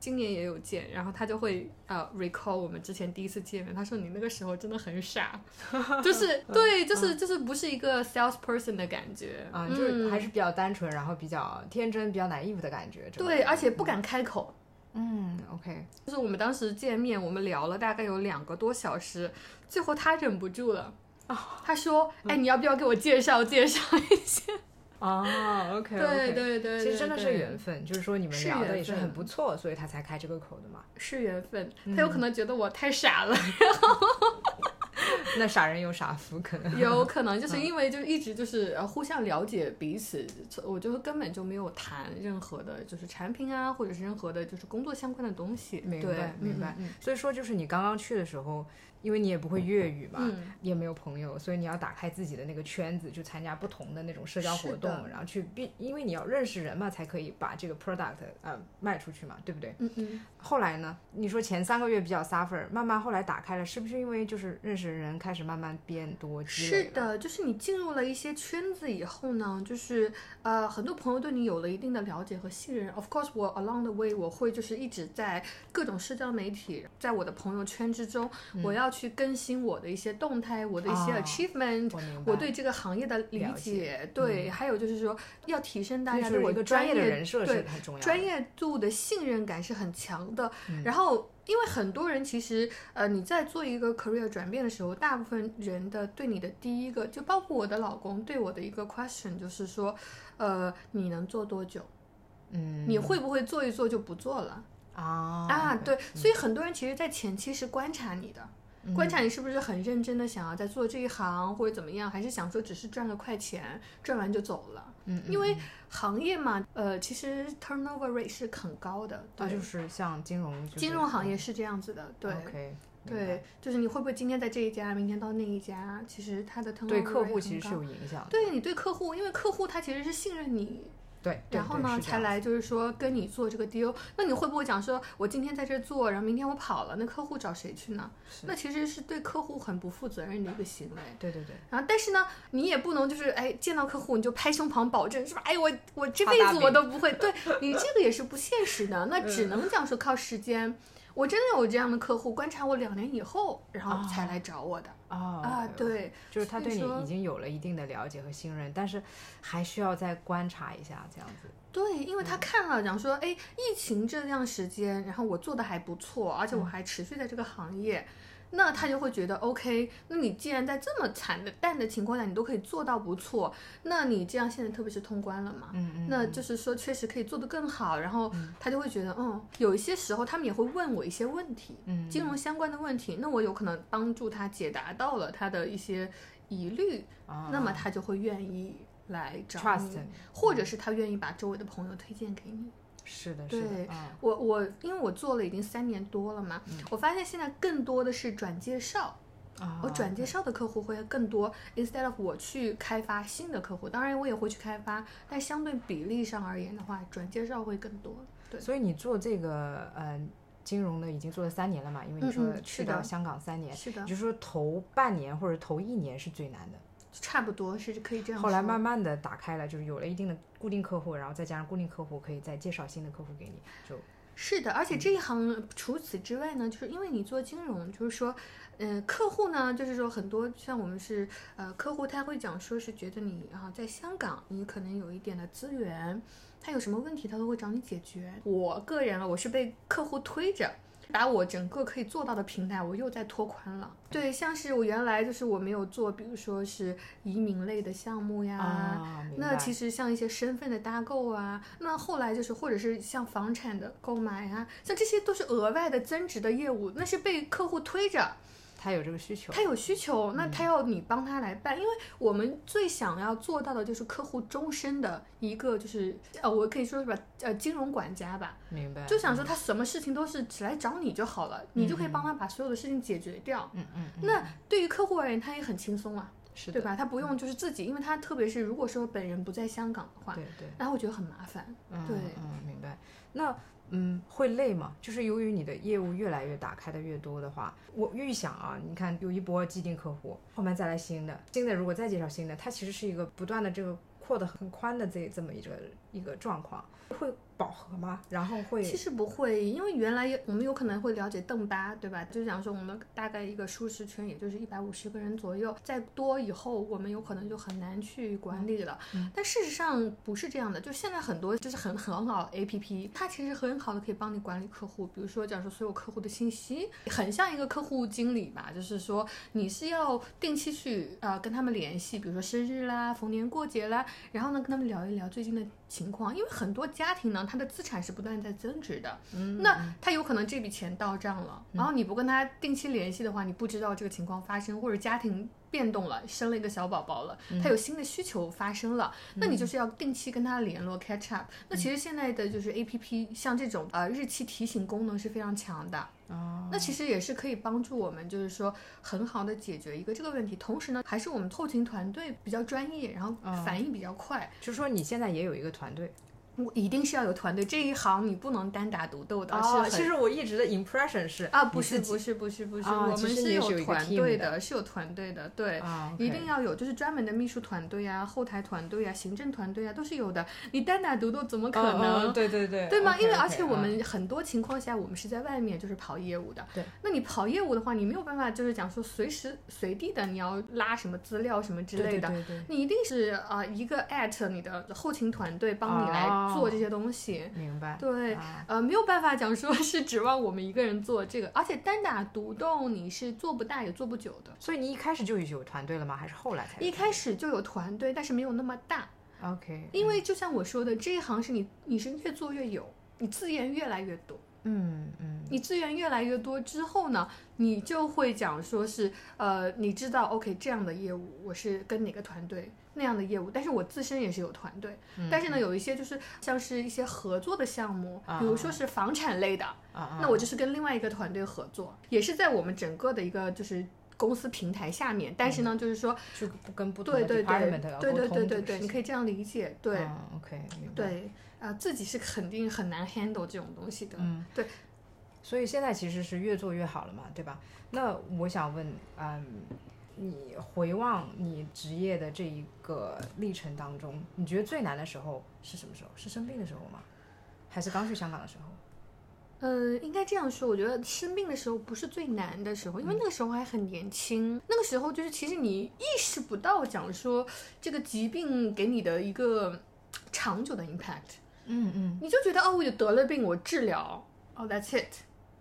Speaker 1: 今年也有见，然后他就会呃 recall 我们之前第一次见面，他说你那个时候真的很 傻，就是
Speaker 2: 嗯
Speaker 1: 对，就是就是不是一个 sales person 的感觉
Speaker 2: 啊，就是
Speaker 1: 嗯
Speaker 2: 还是比较单纯，然后比较天真、比较 naive 的感觉。整个
Speaker 1: 对，
Speaker 2: 人
Speaker 1: 而且不敢开口。
Speaker 2: 嗯，OK，
Speaker 1: 就是我们当时见面，我们聊了大概有两个多小时，最后他忍不住了。
Speaker 2: 哦
Speaker 1: 他说：“
Speaker 2: 嗯
Speaker 1: 哎，你要不要给我介绍介绍一下
Speaker 2: 哦？OK，？”
Speaker 1: 对对对对，
Speaker 2: 其实真的是
Speaker 1: 对
Speaker 2: 缘分，就是说你们
Speaker 1: 是
Speaker 2: 聊的
Speaker 1: 缘
Speaker 2: 也是很
Speaker 1: 分
Speaker 2: 不错，所以他才开这个口的嘛。
Speaker 1: 是缘分。他
Speaker 2: 嗯
Speaker 1: 有可能觉得我太傻了，
Speaker 2: 那傻人有傻福，可能
Speaker 1: 有可能
Speaker 2: 嗯
Speaker 1: 就是因为就是一直就是呃互相了解彼此，我就根本就没有谈任何的就是产品啊，或者是任何的就是工作相关的东西。
Speaker 2: 明
Speaker 1: 对
Speaker 2: 白
Speaker 1: 嗯
Speaker 2: 明白
Speaker 1: 嗯。
Speaker 2: 所以说，就是你刚刚去的时候，因为你也不会粤语嘛，
Speaker 1: 嗯
Speaker 2: 也没有朋友，所以你要打开自己的那个圈子，去参加不同的那种社交活
Speaker 1: 是
Speaker 2: 动，
Speaker 1: 的
Speaker 2: 然后去必，因为你要认识人嘛，才可以把这个 product 呃卖出去嘛，对不对？
Speaker 1: 嗯嗯。
Speaker 2: 后来呢，你说前三个月比较 suffer，慢慢后来打开了，是不是因为就是认识的人开始慢慢变多，积累
Speaker 1: 是
Speaker 2: 了，
Speaker 1: 的，就是你进入了一些圈子以后呢，就是呃，很多朋友对你有了一定的了解和信任。Of course，我 along the way，我会就是一直在各种社交媒体，在我的朋友圈之中，我要去更新我的一些动态，我的一些
Speaker 2: 嗯啊
Speaker 1: achievement，、
Speaker 2: 我明白，
Speaker 1: 我对这个行业的理
Speaker 2: 了
Speaker 1: 解，
Speaker 2: 解嗯
Speaker 1: 对，还有就是说要提升大
Speaker 2: 所以
Speaker 1: 家
Speaker 2: 说
Speaker 1: 对我
Speaker 2: 一个
Speaker 1: 专
Speaker 2: 专
Speaker 1: 业
Speaker 2: 业的人设嗯
Speaker 1: 对
Speaker 2: 是很重要的，
Speaker 1: 专业度的信任感是很强的。然后因为很多人其实，呃，你在做一个 career 转变的时候，大部分人的对你的第一个，就包括我的老公对我的一个 question，就是说，呃，你能做多久？
Speaker 2: 嗯，
Speaker 1: 你会不会做一做就不做了？
Speaker 2: 啊
Speaker 1: 嗯啊，对，所以很多人其实，在前期是观察你的，
Speaker 2: 嗯
Speaker 1: 观察你是不是很认真的想要在做这一行，或者怎么样，还是想说只是赚个快钱，赚完就走了。
Speaker 2: 嗯，
Speaker 1: 因为行业嘛，呃，其实 turnover rate 是很高的，
Speaker 2: 那
Speaker 1: 对，
Speaker 2: 就是像金融，哦就是嗯
Speaker 1: 金融行业是这样子的，对。
Speaker 2: ，OK，明白
Speaker 1: 对，就是你会不会今天在这一家，明天到那一家？其实它的 turnover
Speaker 2: 对客
Speaker 1: rate
Speaker 2: 户其实
Speaker 1: 很
Speaker 2: 是
Speaker 1: 高
Speaker 2: 有影响的，
Speaker 1: 对你对客户，因为客户他其实是信任你，
Speaker 2: 对，对
Speaker 1: 然后
Speaker 2: 对
Speaker 1: 呢
Speaker 2: 是这
Speaker 1: 才
Speaker 2: 样
Speaker 1: 来就是说跟你做这个 deal。那你会不会讲说，我今天在这做，然后明天我跑了，那客户找谁去呢？
Speaker 2: 是
Speaker 1: 那其实是对客户很不负责任的一个行为。
Speaker 2: 对对对，
Speaker 1: 然后，但是呢，你也不能就是哎，见到客户你就拍胸膛保证是吧？哎，我我这
Speaker 2: 画
Speaker 1: 辈
Speaker 2: 大
Speaker 1: 子
Speaker 2: 饼嗯
Speaker 1: 我都不会，对你这个也是不现实的。那只能讲说靠时间。我真的有这样的客户，观察我两年以后，然后才来找我的、
Speaker 2: 哦
Speaker 1: 啊。，对，
Speaker 2: 就是他
Speaker 1: 所
Speaker 2: 对
Speaker 1: 以
Speaker 2: 你
Speaker 1: 说
Speaker 2: 已经有了一定的了解和信任，但是还需要再观察一下，这样子。
Speaker 1: 对，因为
Speaker 2: 嗯
Speaker 1: 他看了，讲说，哎，疫情这段时间，然后我做的还不错，而
Speaker 2: 嗯
Speaker 1: 且我还持续在这个行业，那他就会觉得，OK，那你既然在这么惨的淡的情况下，你都可以做到不错，那你这样现在特别是通关了嘛，
Speaker 2: 嗯嗯，
Speaker 1: 啊那就是说确实可以做得更好，然后他就会觉得，嗯，有一些时候他们也会问我一些问题，
Speaker 2: 嗯
Speaker 1: 金融相关的问题，那我有可能帮助他解答到了他的一些疑虑，
Speaker 2: 啊
Speaker 1: 那么他就会愿意来找你
Speaker 2: trust 你
Speaker 1: 或者是他愿意把周围的朋友推荐给你。
Speaker 2: 是的，是的
Speaker 1: 对，
Speaker 2: 啊
Speaker 1: 我我因为我做了已经三年多了嘛，
Speaker 2: 嗯
Speaker 1: 我发现现在更多的是转介绍，
Speaker 2: 啊，
Speaker 1: 我转介绍的客户会更多，instead of 我去开发新的客户，当然我也会去开发，但相对比例上而言的话，转介绍会更多。对，
Speaker 2: 所以你做这个呃金融的已经做了三年了嘛？因为
Speaker 1: 嗯
Speaker 2: 你说
Speaker 1: 嗯
Speaker 2: 去
Speaker 1: 是
Speaker 2: 到
Speaker 1: 的
Speaker 2: 香港三年，
Speaker 1: 是的
Speaker 2: 也，就是说头半年或者头一年是最难的，
Speaker 1: 差不多啊是可以这样说。
Speaker 2: 后来慢慢的打开了，就是有了一定的固定客户，然后再加上固定客户可以再介绍新的客户给你，就是
Speaker 1: 的，而且这一行除此之外呢，就是因为你做金融，就是说，嗯、客户呢，就是说很多像我们是呃，客户他会讲说是觉得你啊，在香港你可能有一点的资源，他有什么问题他都会找你解决。我个人啊，我是被客户推着。把我整个可以做到的平台，我又在拓宽了。对，像是我原来就是我没有做，比如说是移民类的项目呀，
Speaker 2: 啊，明
Speaker 1: 那
Speaker 2: 白
Speaker 1: 其实像一些身份的搭购啊，那后来就是或者是像房产的购买啊，像这些都是额外的增值的业务，那是被客户推着，
Speaker 2: 他有这个需求，嗯
Speaker 1: 他有需求，那他要你帮他来办，因为我们最想要做到的就是客户终身的一个就是呃，我可以说是吧，呃，金融管家吧，
Speaker 2: 明白，
Speaker 1: 就想说他什么事情都是只来找你就好了，你就可以帮他把所有的事情解决掉。
Speaker 2: 嗯嗯，嗯
Speaker 1: 那对于客户而言，他也很轻松啊，
Speaker 2: 是
Speaker 1: 对
Speaker 2: 的，嗯
Speaker 1: 吧？他不用就是自己，因为他特别是如果说本人不在香港的话。
Speaker 2: 对对。
Speaker 1: 然后我觉得很麻烦。
Speaker 2: 嗯
Speaker 1: 对
Speaker 2: 嗯，明白。那嗯，会累吗？就是由于你的业务越来越打开的越多的话，我预想啊，你看有一波既定客户，后面再来新的，新的如果再介绍新的，它其实是一个不断的这个扩得很宽的这这么一个一个状况，会饱和吗？然后会
Speaker 1: 其实不会，因为原来我们有可能会了解邓巴，对吧？就讲说我们大概一个舒适圈，也就是一百五十个人左右，再多以后我们有可能就很难去管理了。但事实上不是这样的，就现在很多就是很很好的 APP，它其实很好的可以帮你管理客户，比如说讲说所有客户的信息，很像一个客户经理吧，就是说你是要定期去呃跟他们联系，比如说生日啦、逢年过节啦，然后呢跟他们聊一聊最近的情况，因为很多家庭呢，他的资产是不断在增值的，嗯，那他有可能这笔钱到账了，然后你不跟他定期联系的话，你不知道这个情况发生，或者家庭变动了，生了一个小宝宝了，他有新的需求发生了，那你就是要定期跟他联络 catch up。那其实现在的就是 A P P，像这种呃日期提醒功能是非常强的。
Speaker 2: 啊，
Speaker 1: 那其实也是可以帮助我们，就是说很好的解决一个这个问题。同时呢，还是我们后勤团队比较专业，然后反应比较快。
Speaker 2: 就是说你现在也有一个团队
Speaker 1: 我一定是要有团队，这一行你不能单打独斗的。是很
Speaker 2: 啊其实我一直的 impression 是
Speaker 1: 啊，不
Speaker 2: 你
Speaker 1: 哦是
Speaker 2: 自己
Speaker 1: 不是不是不是，
Speaker 2: 啊
Speaker 1: 我
Speaker 2: 其
Speaker 1: 们
Speaker 2: 实你也是有一
Speaker 1: 有
Speaker 2: 个
Speaker 1: 团
Speaker 2: team
Speaker 1: 队
Speaker 2: 的
Speaker 1: 的，是有团队的，对。
Speaker 2: 啊，OK，
Speaker 1: 一定要有，就是专门的秘书团队啊、后台团队啊、行政团队啊，都是有的。你单打独斗怎么可
Speaker 2: 嗯嗯
Speaker 1: 能？
Speaker 2: 对对对，
Speaker 1: 对吗？因为
Speaker 2: OK，OK，
Speaker 1: 而且我
Speaker 2: 啊
Speaker 1: 们很多情况下，我们是在外面就是跑业务的。
Speaker 2: 对，
Speaker 1: 那你跑业务的话，你没有办法就是讲说随时随地的你要拉什么资料什么之
Speaker 2: 对
Speaker 1: 类
Speaker 2: 对
Speaker 1: 的，
Speaker 2: 对对
Speaker 1: 你一定是啊、呃一个 at 你的后勤团队帮你来
Speaker 2: 啊
Speaker 1: 做这些东西。
Speaker 2: 明白。
Speaker 1: 对，
Speaker 2: 啊
Speaker 1: 呃，没有办法讲说是指望我们一个人做这个，而且单打独斗你是做不大也做不久的。
Speaker 2: 所以你一开始就有团队了吗？还是后来才有？
Speaker 1: 一开始就有团队，但是没有那么大，
Speaker 2: OK，
Speaker 1: 因为就像我说的，这一行是你你是越做越有，你资源越来越多。
Speaker 2: 嗯嗯
Speaker 1: 你资源越来越多之后呢，你就会讲说是，呃，你知道，OK，这样的业务我是跟哪个团队，那样的业务，但是我自身也是有团队，
Speaker 2: 嗯
Speaker 1: 但是呢，有一些就是像是一些合作的项目，比如说是房产类的，
Speaker 2: 啊啊，
Speaker 1: 那我就是跟另外一个团队合作，也是在我们整个的一个就是公司平台下面，但是呢，就是说，
Speaker 2: 就不跟嗯不同
Speaker 1: 对
Speaker 2: 的
Speaker 1: 对对
Speaker 2: department 要，
Speaker 1: 对
Speaker 2: 沟
Speaker 1: 对
Speaker 2: 通
Speaker 1: 对
Speaker 2: 这
Speaker 1: 对
Speaker 2: 个
Speaker 1: 对，
Speaker 2: 事
Speaker 1: 你
Speaker 2: 情。
Speaker 1: 可以这样理解，对。
Speaker 2: 啊，OK，明白。
Speaker 1: 对，啊、自己是肯定很难 handle 这种东西的。
Speaker 2: 嗯，
Speaker 1: 对。
Speaker 2: 所以现在其实是越做越好了嘛，对吧？那我想问，嗯，你回望你职业的这一个历程当中，你觉得最难的时候是什么时候？是生病的时候吗？还是刚去香港的时候？
Speaker 1: 呃，应该这样说，我觉得生病的时候不是最难的时候，
Speaker 2: 嗯
Speaker 1: 因为那个时候还很年轻，那个时候就是其实你意识不到，讲说这个疾病给你的一个长久的 impact，
Speaker 2: 嗯嗯。
Speaker 1: 你就觉得哦，我有得了病，我治疗，哦、that's it。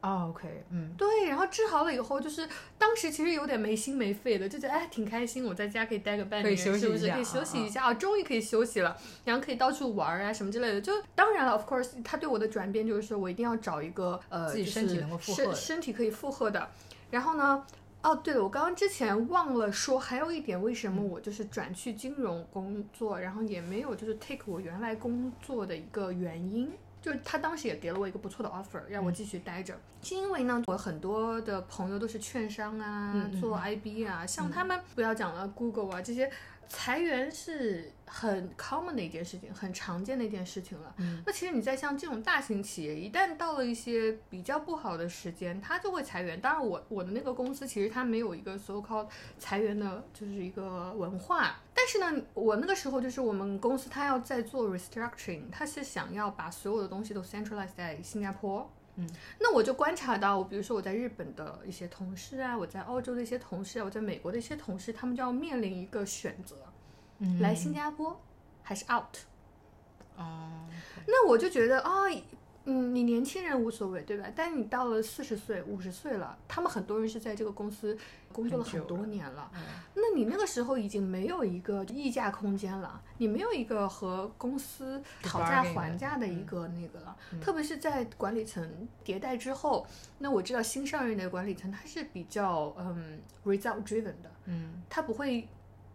Speaker 2: 哦，OK，嗯
Speaker 1: 对，然后治好了以后，就是当时其实有点没心没肺的，就觉得哎挺开心，我在家可以待个半
Speaker 2: 可以
Speaker 1: 年，
Speaker 2: 休息
Speaker 1: 是不
Speaker 2: 一
Speaker 1: 是
Speaker 2: 下
Speaker 1: 可以
Speaker 2: 啊
Speaker 1: 休息
Speaker 2: 啊
Speaker 1: 一下啊？终于可以休息了，然后可以到处玩儿啊什么之类的。就当然了，of course，他对我的转变就是说我一定要找一个呃，
Speaker 2: 自己
Speaker 1: 就
Speaker 2: 身体
Speaker 1: 是
Speaker 2: 能够负荷
Speaker 1: 身
Speaker 2: 的
Speaker 1: 身体可以负荷的。然后呢？哦，对了，我刚刚之前忘了说，还有一点，为什么我就是转去金融工作，然后也没有就是 take 我原来工作的一个原因，就是他当时也给了我一个不错的 offer，让我
Speaker 2: 嗯
Speaker 1: 继续待着，是因为呢，我很多的朋友都是券商啊，
Speaker 2: 嗯嗯
Speaker 1: 做 IB 啊，像他们不要讲了，Google 啊这些。裁员是很 common 的一件事情，很常见的一件事情了。
Speaker 2: 嗯
Speaker 1: 那其实你在像这种大型企业，一旦到了一些比较不好的时间，它就会裁员。当然我，我的那个公司其实它没有一个 so called 裁员的，就是一个文化。但是呢，我那个时候就是我们公司它要在做 restructuring，它是想要把所有的东西都 centralize 在新加坡。
Speaker 2: 嗯，
Speaker 1: 那我就观察到，我比如说我在日本的一些同事啊，我在澳洲的一些同事啊，我在美国的一些同事，他们就要面临一个选择，
Speaker 2: 嗯，
Speaker 1: 来新加坡还是 out。
Speaker 2: 哦，OK，
Speaker 1: 那我就觉得啊、嗯，你年轻人无所谓，对吧？但你到了四十岁、五十岁了，他们很多人是在这个公司工作了
Speaker 2: 很久
Speaker 1: 很多
Speaker 2: 了
Speaker 1: 年了，
Speaker 2: 嗯
Speaker 1: 那你那个时候已经没有一个议价空间了，你没有一个和公司讨价
Speaker 2: bargaining
Speaker 1: 还价的一个那个了，特别是在管理层迭代之后，那我知道新上任的管理层他是比较嗯 result driven 的，
Speaker 2: 嗯
Speaker 1: 他不会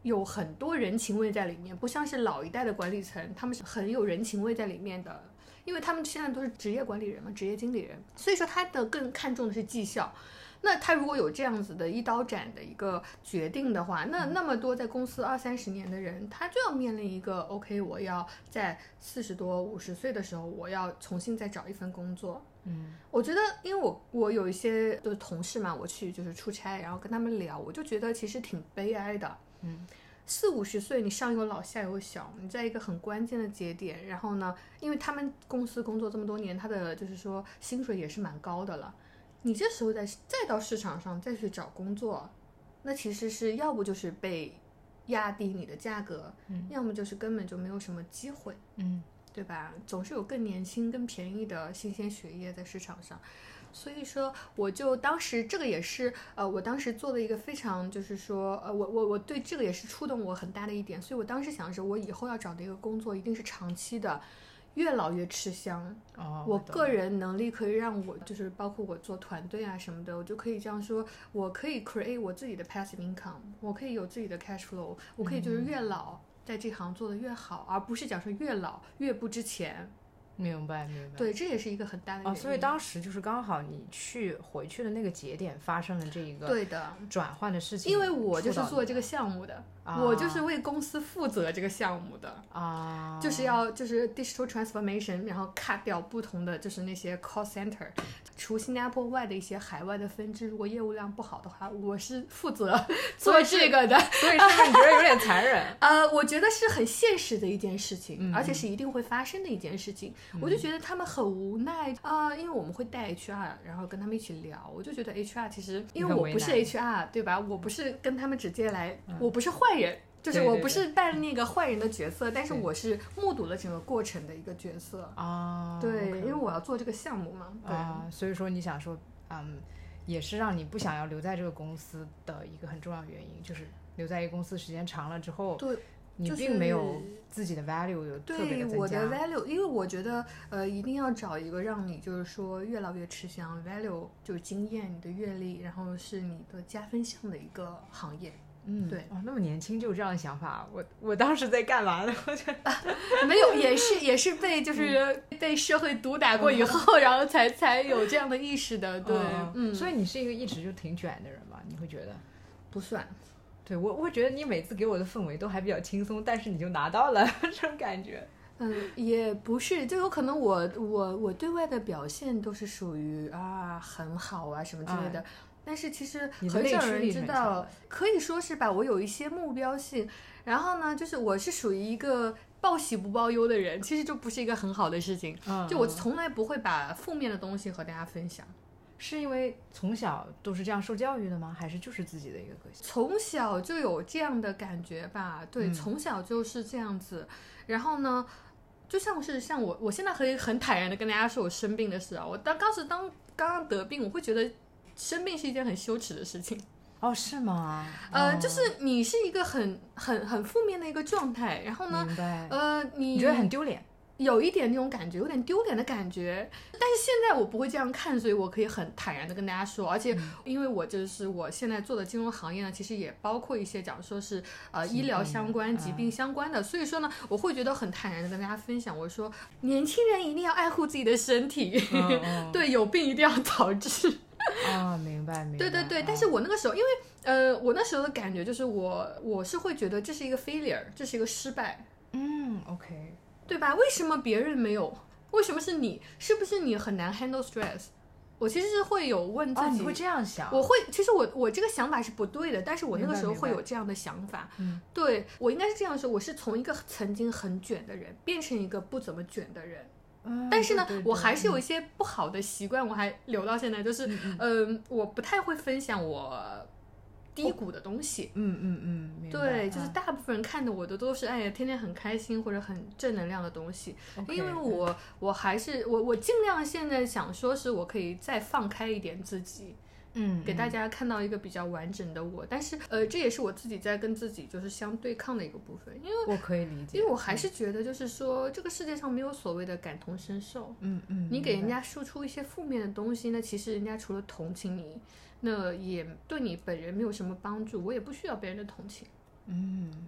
Speaker 1: 有很多人情味在里面，不像是老一代的管理层，他们是很有人情味在里面的，因为他们现在都是职业管理人嘛，职业经理人，所以说他的更看重的是绩效。那他如果有这样子的一刀斩的一个决定的话，
Speaker 2: 嗯
Speaker 1: 那那么多在公司二三十年的人，他就要面临一个 OK，我要在四十多五十岁的时候，我要重新再找一份工作，
Speaker 2: 嗯
Speaker 1: 我觉得，因为我我有一些的同事嘛，我去就是出差，然后跟他们聊，我就觉得其实挺悲哀的。
Speaker 2: 嗯，
Speaker 1: 四五十岁，你上有老下有小，你在一个很关键的节点，然后呢，因为他们公司工作这么多年，他的就是说薪水也是蛮高的了，你这时候再再到市场上再去找工作，那其实是要不就是被压低你的价格，
Speaker 2: 嗯
Speaker 1: 要么就是根本就没有什么机会。
Speaker 2: 嗯
Speaker 1: 对吧？总是有更年轻、更便宜的新鲜血液在市场上，所以说我就当时这个也是呃，我当时做的一个非常就是说呃，我我我对这个也是触动我很大的一点，所以我当时想是，我以后要找的一个工作一定是长期的，越老越吃香。
Speaker 2: 哦，
Speaker 1: 我
Speaker 2: 懂
Speaker 1: 个
Speaker 2: 了
Speaker 1: 人能力可以让我就是包括我做团队啊什么的，我就可以这样说，我可以 create 我自己的 passive income，我可以有自己的 cash flow，我可以
Speaker 2: 嗯
Speaker 1: 就是越老。在这行做得越好，而不是讲说越老越不值钱。
Speaker 2: 明白明白。
Speaker 1: 对，这也是一个很大的原因。
Speaker 2: 哦，所以当时就是刚好你去回去的那个节点发生了这一个
Speaker 1: 对的，
Speaker 2: 转换的事情，
Speaker 1: 因为我就是
Speaker 2: 触到
Speaker 1: 做
Speaker 2: 你
Speaker 1: 这个项目的，
Speaker 2: 啊
Speaker 1: 我 就是为公司负责这个项目的。
Speaker 2: 啊，
Speaker 1: 就是要就是 digital transformation，然后 cut 掉不同的就是那些 call center，除新加坡外的一些海外的分支，如果业务量不好的话，我是负责 做这个的。
Speaker 2: 所以是不是你觉得有点残忍？
Speaker 1: 呃，我觉得是很现实的一件事情，
Speaker 2: 嗯
Speaker 1: 而且是一定会发生的一件事情。我就觉得他们很无奈啊、因为我们会带 HR，然后跟他们一起聊。我就觉得 HR 其实，因为
Speaker 2: 很
Speaker 1: 我
Speaker 2: 为
Speaker 1: 不是
Speaker 2: 难嗯
Speaker 1: HR，对吧？我不是跟他们直接来，我不是坏人，就是
Speaker 2: 对
Speaker 1: 我
Speaker 2: 对
Speaker 1: 不
Speaker 2: 对
Speaker 1: 是扮那个坏人的角色，但是
Speaker 2: 对
Speaker 1: 我是目睹了整个过程的一个角色。
Speaker 2: 啊，
Speaker 1: 对，
Speaker 2: OK
Speaker 1: 因为我要做这个项目嘛。对，
Speaker 2: 啊，所以说你想说，嗯，也是让你不想要留在这个公司的一个很重要原因，就是留在一个公司时间长了之后，
Speaker 1: 对，
Speaker 2: 你
Speaker 1: 就
Speaker 2: 并没有
Speaker 1: 是
Speaker 2: 自己的 value 有特别
Speaker 1: 对
Speaker 2: 增
Speaker 1: 我
Speaker 2: 加
Speaker 1: 的 value，因为我觉得呃，一定要找一个让你就是说越老越吃香，value 就是经验、你的阅历，然后是你的加分项的一个行业。
Speaker 2: 嗯，
Speaker 1: 对
Speaker 2: 哦，那么年轻就有这样的想法，我我当时在干嘛呢？我觉得
Speaker 1: 没有，也是也是被就是
Speaker 2: 嗯
Speaker 1: 被社会毒打过以后，然后才才有这样的意识的。对，嗯，
Speaker 2: 所
Speaker 1: 以
Speaker 2: 以你是一个一直就挺卷的人嘛？你会觉得？
Speaker 1: 不算。
Speaker 2: 对我，我会觉得你每次给我的氛围都还比较轻松，但是你就拿到了 这种感觉。
Speaker 1: 嗯，也不是，就有可能我我我对外的表现都是属于啊很好啊什么之类的，但是其实
Speaker 2: 哎你的
Speaker 1: 很
Speaker 2: 内
Speaker 1: 少
Speaker 2: 驱
Speaker 1: 人
Speaker 2: 力
Speaker 1: 知
Speaker 2: 很
Speaker 1: 道
Speaker 2: 强，
Speaker 1: 可以说是吧，我有一些目标性，然后呢，就是我是属于一个报喜不报忧的人，其实就不是一个很好的事情，
Speaker 2: 嗯
Speaker 1: 就我从来不会把负面的东西和大家分享。
Speaker 2: 是因为从小都是这样受教育的吗？还是就是自己的一个个性？
Speaker 1: 从小就有这样的感觉吧，
Speaker 2: 嗯
Speaker 1: 对，从小就是这样子。然后呢，就像是像我，我现在可以很坦然的跟大家说我生病的事啊。我当当时当刚刚得病，我会觉得生病是一件很羞耻的事情。
Speaker 2: 哦，是吗？
Speaker 1: 呃，
Speaker 2: 哦
Speaker 1: 就是你是一个很很很负面的一个状态，然后呢，
Speaker 2: 明白，
Speaker 1: 呃，你
Speaker 2: 嗯你觉得很 丢脸？
Speaker 1: 有一点那种感觉，有点丢脸的感觉。但是现在我不会这样看，所以我可以很坦然的跟大家说。而且，
Speaker 2: 嗯
Speaker 1: 因为我就是我现在做的金融行业呢，其实也包括一些讲说是呃
Speaker 2: 疾病啊
Speaker 1: 医
Speaker 2: 嗯
Speaker 1: 疗相关、
Speaker 2: 的
Speaker 1: 疾病相关的，所以说呢，我会觉得很坦然的跟大家分享。我说，年轻人一定要爱护自己的身体，
Speaker 2: 嗯
Speaker 1: 对，有病一定要早治。
Speaker 2: 啊，明白明白。
Speaker 1: 对对对，
Speaker 2: 啊
Speaker 1: 但是我那个时候，因为呃，我那时候的感觉就是我我是会觉得这是一个 failure，这是一个失败，
Speaker 2: 嗯，OK，
Speaker 1: 对吧？为什么别人没有？为什么是你？是不是你很难 handle stress？我其实是会有问嗯自
Speaker 2: 哦，
Speaker 1: 己，
Speaker 2: 你会这样想？
Speaker 1: 我会，其实我我这个想法是不对的，但是我那个
Speaker 2: 明白
Speaker 1: 时候
Speaker 2: 明
Speaker 1: 会
Speaker 2: 白
Speaker 1: 有这样的想法。
Speaker 2: 嗯，
Speaker 1: 对我应该是这样说，我是从一个曾经很卷的人变成一个不怎么卷的人，
Speaker 2: 嗯，
Speaker 1: 但是呢，
Speaker 2: 对对对嗯
Speaker 1: 我还是有一些不好的习惯，我还留到现在，就是嗯、我不太会分享我低谷的东西。
Speaker 2: 嗯嗯嗯，哦明白
Speaker 1: 对，就是
Speaker 2: 啊
Speaker 1: 大部分人看的我的都是哎呀，天天很开心或者很正能量的东西。
Speaker 2: 嗯 OK，
Speaker 1: 因为我我还是我我尽量现在想说是我可以再放开一点自己，
Speaker 2: 嗯
Speaker 1: 给大
Speaker 2: 家
Speaker 1: 家看到一个比较完整的我。但是呃，这也是我自己在跟自己就是相对抗的一个部分，因为
Speaker 2: 我可以理解，
Speaker 1: 因为我还是觉得就是说这个世界上没有所谓的感同身受。
Speaker 2: 嗯嗯，
Speaker 1: 你给人
Speaker 2: 明白
Speaker 1: 家输出一些负面的东西，那其实人家除了同情你，那也对你本人没有什么帮助。我也不需要别人的同情。
Speaker 2: 嗯，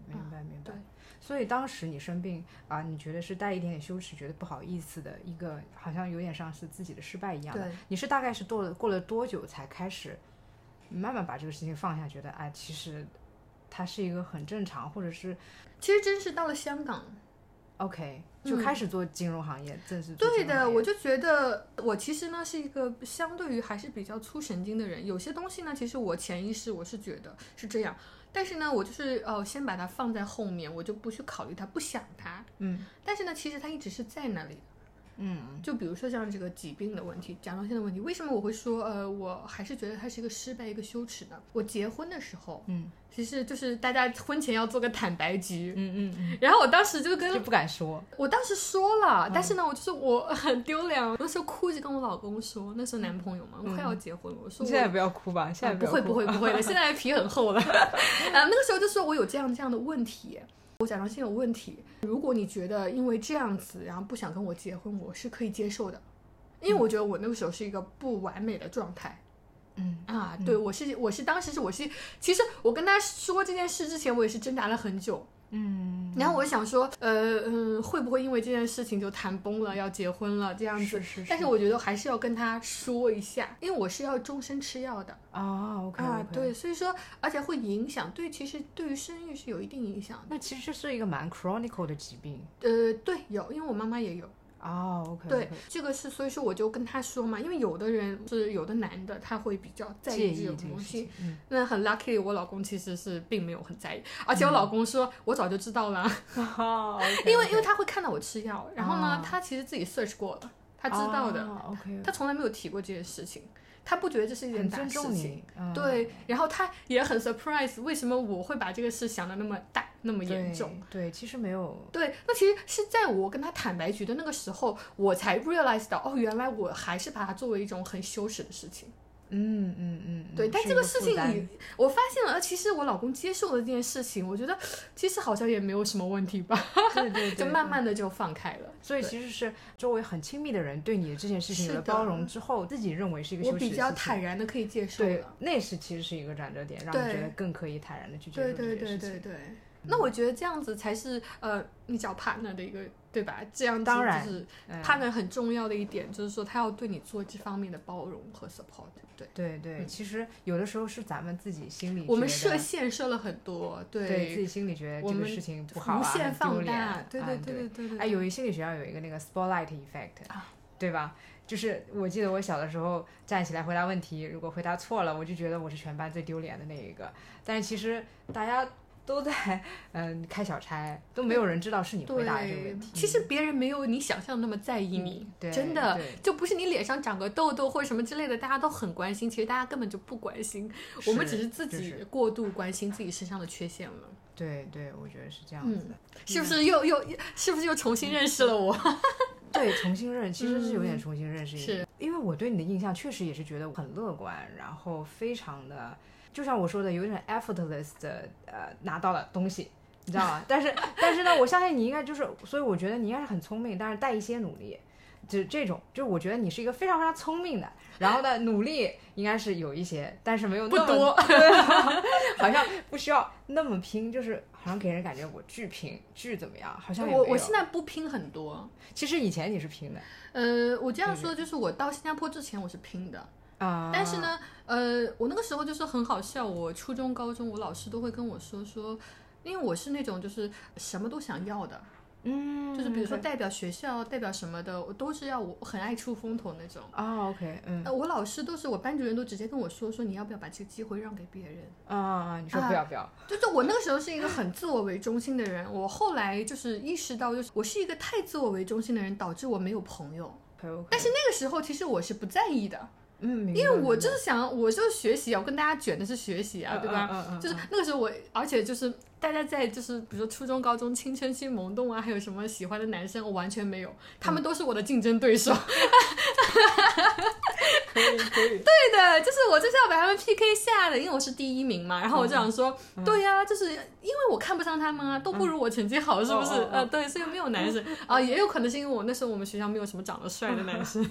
Speaker 2: 明白明白
Speaker 1: 啊对。
Speaker 2: 所以当时你生病啊，你觉得是带一点点羞耻，觉得不好意思的一个，好像有点像是自己的失败一样的
Speaker 1: 对。
Speaker 2: 你是大概是过了过了多久才开始慢慢把这个事情放下，觉得哎，其实它是一个很正常，或者是
Speaker 1: 其实真是到了香港，
Speaker 2: OK，就开始做金融行业，正式做
Speaker 1: 对
Speaker 2: 金融
Speaker 1: 的，
Speaker 2: 行业
Speaker 1: 我就觉得我其实呢是一个相对于还是比较粗神经的人，有些东西呢，其实我潜意识我是觉得是这样，但是呢，我就是呃先把它放在后面，我就不去考虑它，不想它。
Speaker 2: 嗯
Speaker 1: 但是呢，其实它一直是在那里的。
Speaker 2: 嗯
Speaker 1: 就比如说像这个疾病的问题，甲状腺的问题，为什么我会说呃我还是觉得它是一个失败一个羞耻呢？我结婚的时候，
Speaker 2: 嗯
Speaker 1: 其实就是大家婚前要做个坦白局，
Speaker 2: 嗯嗯
Speaker 1: 然后我当时就
Speaker 2: 嗯，
Speaker 1: 跟
Speaker 2: 就不敢说。
Speaker 1: 我当时说
Speaker 2: 嗯
Speaker 1: 了，但是呢，我就是我很丢脸，我那时候哭着跟我老公说，那时候男朋友嘛，我快要结婚了，我说
Speaker 2: 你
Speaker 1: 我
Speaker 2: 现在不要哭吧，现在
Speaker 1: 啊不会
Speaker 2: 要哭
Speaker 1: 不会不会 的，现在皮很厚了。 然后那个时候就说我有这样这样的问题，我甲状腺有问题。如果你觉得因为这样子，然后不想跟我结婚，我是可以接受的，因为我觉得我那个时候是一个不完美的状态。
Speaker 2: 嗯
Speaker 1: 啊，对，我是我是当时是我是，其实我跟他说这件事之前，我也是挣扎了很久，
Speaker 2: 嗯，
Speaker 1: 然后我想说，呃嗯，会不会因为这件事情就谈崩了，要结婚了这样子？
Speaker 2: 是是是
Speaker 1: 但是我觉得还是要跟他说一下，因为我是要终身吃药的
Speaker 2: 啊 OK
Speaker 1: 啊
Speaker 2: OK，
Speaker 1: 对，所以说而且会影响，对，其实对于生育是有一定影响的。
Speaker 2: 那其实这是一个蛮 chronic 的疾病。
Speaker 1: 呃，对，有，因为我妈妈也有。
Speaker 2: 哦，OK，
Speaker 1: 对，这个是，所以说我就跟他说嘛，因为有的人是有的男的他会比较在
Speaker 2: 介
Speaker 1: 意
Speaker 2: 意
Speaker 1: 这
Speaker 2: 这
Speaker 1: 种
Speaker 2: 个
Speaker 1: 东
Speaker 2: 事
Speaker 1: 西
Speaker 2: 情，，嗯，
Speaker 1: 那很 lucky，我老公其实是并没有很在意，而
Speaker 2: 嗯
Speaker 1: 且我老公说，我早就知道了，嗯 因为因为他会看到我吃药，然后呢
Speaker 2: 哦，
Speaker 1: 他其实自己 search 过了，他知道的，
Speaker 2: ，OK，
Speaker 1: 他从来没有提过这件事情，他不觉得这是一件
Speaker 2: 很
Speaker 1: 大
Speaker 2: 尊
Speaker 1: 事
Speaker 2: 重
Speaker 1: 情。
Speaker 2: 你，嗯，
Speaker 1: 对，然后他也很 surprise，为什么我会把这个事想的那么大？那么严重。
Speaker 2: 对，对，其实没有，
Speaker 1: 对，那其实是在我跟他坦白局的那个时候，我才 realize 到，哦，原来我还是把它作为一种很羞耻的事情。
Speaker 2: 嗯嗯嗯，
Speaker 1: 对，但这
Speaker 2: 个
Speaker 1: 事
Speaker 2: 负
Speaker 1: 情
Speaker 2: 担
Speaker 1: 你，我发现了，呃其实我老公接受了这件事情，我觉得其实好像也没有什么问题吧，
Speaker 2: 对对
Speaker 1: 就
Speaker 2: 对
Speaker 1: 慢
Speaker 2: 嗯
Speaker 1: 慢的就放开了。
Speaker 2: 所以
Speaker 1: 对
Speaker 2: 其实是周围很亲密的人对你的这件事情有
Speaker 1: 是
Speaker 2: 了
Speaker 1: 的
Speaker 2: 包容之后，自己认为是一个羞
Speaker 1: 我
Speaker 2: 耻的
Speaker 1: 比较
Speaker 2: 事情
Speaker 1: 坦然的可以接受
Speaker 2: 对
Speaker 1: 了。，
Speaker 2: 那是其实是一个转折点，让你觉
Speaker 1: 对
Speaker 2: 得更可以坦然的去接
Speaker 1: 对
Speaker 2: 受这
Speaker 1: 对
Speaker 2: 件
Speaker 1: 对
Speaker 2: 事
Speaker 1: 对
Speaker 2: 情。嗯
Speaker 1: 对。那我觉得这样子才是呃，你找 partner 的一个对吧？这样子
Speaker 2: 当然
Speaker 1: 就是
Speaker 2: 嗯
Speaker 1: partner 很重要的一点，就是说他要对你做这方面的包容和 support。对，
Speaker 2: 对对，
Speaker 1: 嗯
Speaker 2: 其实有的时候是咱们自己心里
Speaker 1: 我们
Speaker 2: 觉得
Speaker 1: 设限设了很多，
Speaker 2: 对自己心里觉得
Speaker 1: 我
Speaker 2: 这个
Speaker 1: 们
Speaker 2: 事情不好啊，
Speaker 1: 无限
Speaker 2: 很丢
Speaker 1: 放
Speaker 2: 脸
Speaker 1: 大
Speaker 2: 啊，
Speaker 1: 对
Speaker 2: 对
Speaker 1: 对对对对对。
Speaker 2: 哎，有一心理学上有一个那个 spotlight effect，、
Speaker 1: 啊
Speaker 2: 对吧？就是我记得我小的时候站起来回答问题，如果回答错了，我就觉得我是全班最丢脸的那一个。但是其实大家都在嗯、开小差，都没有人知道是你回答的这个
Speaker 1: 对
Speaker 2: 问题。，嗯
Speaker 1: 其实别人没有你想象那么在意你，
Speaker 2: 对
Speaker 1: 真的
Speaker 2: 对
Speaker 1: 就不是你脸上长个痘痘或者什么之类的，大家都很关心，其实大家根本就不关心，我们
Speaker 2: 是
Speaker 1: 只是自
Speaker 2: 就
Speaker 1: 己
Speaker 2: 是
Speaker 1: 过度关心自己身上的缺陷了，
Speaker 2: 对对，我觉得是
Speaker 1: 嗯
Speaker 2: 这样子的。
Speaker 1: 是不
Speaker 2: 嗯
Speaker 1: 是又又是不是又重新认识了我？
Speaker 2: 对，重新认其实是有点
Speaker 1: 嗯
Speaker 2: 重新认识你，
Speaker 1: 是
Speaker 2: 因为我对你的印象确实也是觉得很乐观，然后非常的，就像我说的，有点 effortless 的呃拿到了东西，你知道吗？ 但是但是呢，我相信你应该就是，所以我觉得你应该是很聪明，但是带一些努力。就这种，就我觉得你是一个非常非常聪明的，然后呢，努力应该是有一些，但是没有那么
Speaker 1: 不多，
Speaker 2: 对 好像不需要那么拼，就是好像给人感觉我巨拼巨怎么样，好像也
Speaker 1: 我
Speaker 2: 没
Speaker 1: 我
Speaker 2: 有
Speaker 1: 现在不拼很多，
Speaker 2: 其实以前你是拼的，
Speaker 1: 呃，我这样说就是我到新加坡之前我是拼的，
Speaker 2: 啊，
Speaker 1: 但是，呢，呃，我那个时候就是很好笑，我初中、高中，我老师都会跟我说说，因为我是那种就是什么都想要的，
Speaker 2: 嗯，
Speaker 1: 就是比如说代表学校、代表什么的，我都是要我很爱出风头那种。
Speaker 2: 啊，OK，嗯，
Speaker 1: 呃，我老师都是我班主任都直接跟我说说你要不要把这个机会让给别人。
Speaker 2: 啊啊，你说不要不要，
Speaker 1: 就是我那个时候是一个很自我为中心的人，我后来就是意识到就是我是一个太自我为中心的人，导致我没有朋友。
Speaker 2: 但是
Speaker 1: 那个时候其实我是不在意的，
Speaker 2: 嗯，因
Speaker 1: 因为我就是想，我就是学习啊，我跟大家卷的是学习啊，对吧？
Speaker 2: 嗯嗯，
Speaker 1: 就是那个时候我，而且就是大家在就是比如说初中、高中青春期萌动啊，还有什么喜欢的男生，我完全没有，他
Speaker 2: 嗯
Speaker 1: 们都是我的竞争对手。
Speaker 2: 可以可以，
Speaker 1: 对的，就是我就是要把他们 PK 下的，因为我是第一名嘛。然后我就想说，对呀、就是因为我看不上他们啊，都不如我成绩好，是不是？
Speaker 2: 哦哦哦
Speaker 1: 呃，对，所以没有男生啊，也有可能是因为我那时候我们学校没有什么长得帅的男生。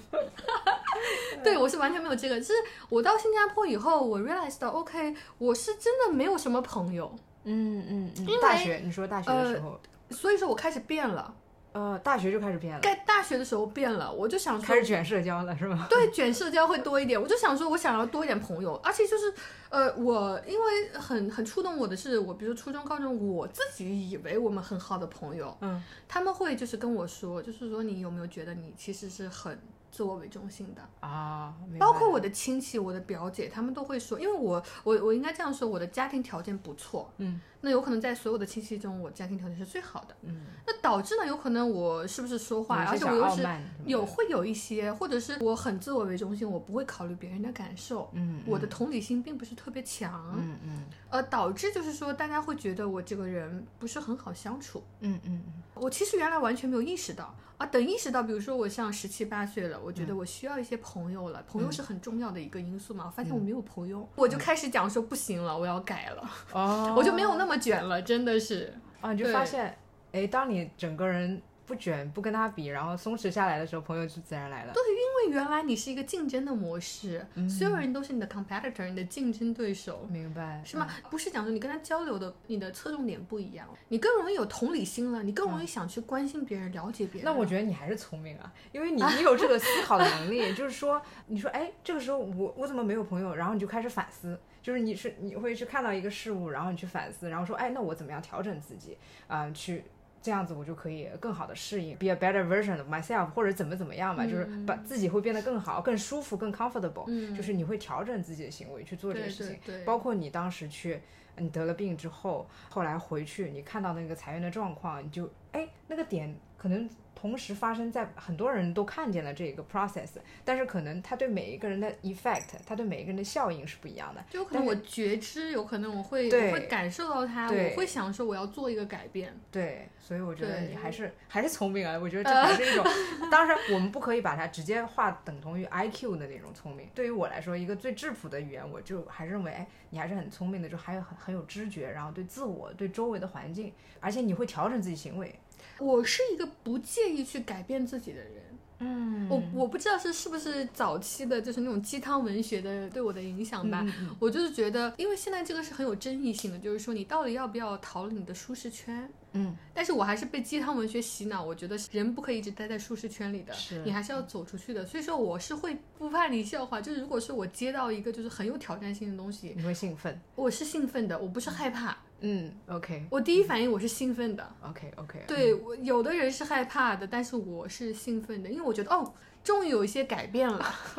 Speaker 1: 对，我是完全没有这个。就是我到新加坡以后，我 realize 到，OK，我是真的没有什么朋友，
Speaker 2: 嗯嗯嗯，
Speaker 1: 为呃
Speaker 2: 大学你说大学的时候，
Speaker 1: 所以说我开始变了。
Speaker 2: 呃，大学就开始变了，
Speaker 1: 该大学的时候变了，我就想说
Speaker 2: 开，始卷社交了是吧？
Speaker 1: 对卷社交会多一点。我就想说，我想要多一点朋友，而且就是，呃，我因为很很触动我的是，我比如初中、高中，我自己以为我们很好的朋友，
Speaker 2: 嗯，
Speaker 1: 他们会就是跟我说，就是说你有没有觉得你其实是很自我为中心的？
Speaker 2: 啊，明白
Speaker 1: 包括我的亲戚、我的表姐，他们都会说，因为我我我应该这样说，我的家庭条件不错，
Speaker 2: 嗯，
Speaker 1: 那有可能在所有的亲戚中，我家庭条件是最好的，
Speaker 2: 嗯，
Speaker 1: 那导致呢，有可能我是不是说话，
Speaker 2: 有
Speaker 1: 而
Speaker 2: 一
Speaker 1: 且我
Speaker 2: 些小
Speaker 1: 又
Speaker 2: 傲
Speaker 1: 是
Speaker 2: 慢什么的
Speaker 1: 有会有一些，或者是我很自我为中心，我不会考虑别人的感受，
Speaker 2: 嗯，
Speaker 1: 我的同理心并不是特别强，
Speaker 2: 嗯嗯
Speaker 1: 呃，导致就是说大家会觉得我这个人不是很好相处。
Speaker 2: 嗯嗯嗯
Speaker 1: 我其实原来完全没有意识到啊，等意识到，比如说我像十七八岁了，我觉得我需要一些朋友了，朋友是很重要的一个因素嘛。我发现我没有朋友，我就开始讲说不行了，我要改了，
Speaker 2: 哦，
Speaker 1: 我就没有那么卷了，真的是。
Speaker 2: 啊，你就
Speaker 1: 对
Speaker 2: 发现，哎，当你整个人不卷不跟他比，然后松弛下来的时候，朋友就自然来了，
Speaker 1: 因为原来你是一个竞争的模式，所有人都是你的 competitor，你的竞争对手，
Speaker 2: 明白
Speaker 1: 是吗？？不是讲说你跟他交流的，你的侧重点不一样，你更容易有同理心了，你更容易想去关心别人、了解别人。
Speaker 2: 嗯那我觉得你还是聪明啊，因为你你有这个思考的能力，就是说，你说，哎，这个时候我我怎么没有朋友？然后你就开始反思，就是你是你会去看到一个事物，然后你去反思，然后说，哎，那我怎么样调整自己啊、去这样子我就可以更好的适应，be a better version of myself，或者怎么怎么样嘛，就是把自己会变得更好、更舒服、更 comfortable，、
Speaker 1: 嗯嗯
Speaker 2: 就是你会调整自己的行为去做这
Speaker 1: 对
Speaker 2: 个事情。
Speaker 1: 对对，
Speaker 2: 包括你当时去你得了病之后，后来回去你看到那个裁员的状况，你就哎那个点可能同时发生在很多人都看见了这个 process，但是可能它对每一个人的 effect，它对每一个人的效应是不一样的。
Speaker 1: 就可
Speaker 2: 但
Speaker 1: 能
Speaker 2: 是
Speaker 1: 我觉知，有可能我会
Speaker 2: 对
Speaker 1: 我会感受到它，
Speaker 2: 对
Speaker 1: 我会想说我要做一个改变。
Speaker 2: 对，所以我觉得
Speaker 1: 对呃
Speaker 2: 你还是还是聪明啊！我觉得这还是一种，当然我们不可以把它直接划等同于 IQ 的那种聪明。对于我来说，一个最质朴的语言，我就还认为，哎，你还是很聪明的，就还有很很有知觉，然后对自我、对周围的环境，而且你会调整自己行为。
Speaker 1: 我是一个不介意去改变自己的人。
Speaker 2: 嗯
Speaker 1: 我我不知道是是不是早期的，就是那种鸡汤文学的对我的影响吧。
Speaker 2: 嗯嗯
Speaker 1: 我就是觉得，因为现在这个是很有争议性的，就是说你到底要不要逃离你的舒适圈？
Speaker 2: 嗯，
Speaker 1: 但是我还是被鸡汤文学洗脑，我觉得人不可以一直待在舒适圈里的
Speaker 2: 是，
Speaker 1: 你还是要走出去的。所以说我是会不怕你笑话，就是如果是我接到一个就是很有挑战性的东西，
Speaker 2: 你会兴奋。
Speaker 1: 我是兴奋的，我不是害怕，
Speaker 2: 嗯，OK
Speaker 1: 我第一反应我是兴奋的。
Speaker 2: OK OK，
Speaker 1: 对我有的人是害怕的，但是我是兴奋的，因为我觉得哦，终于有一些改变了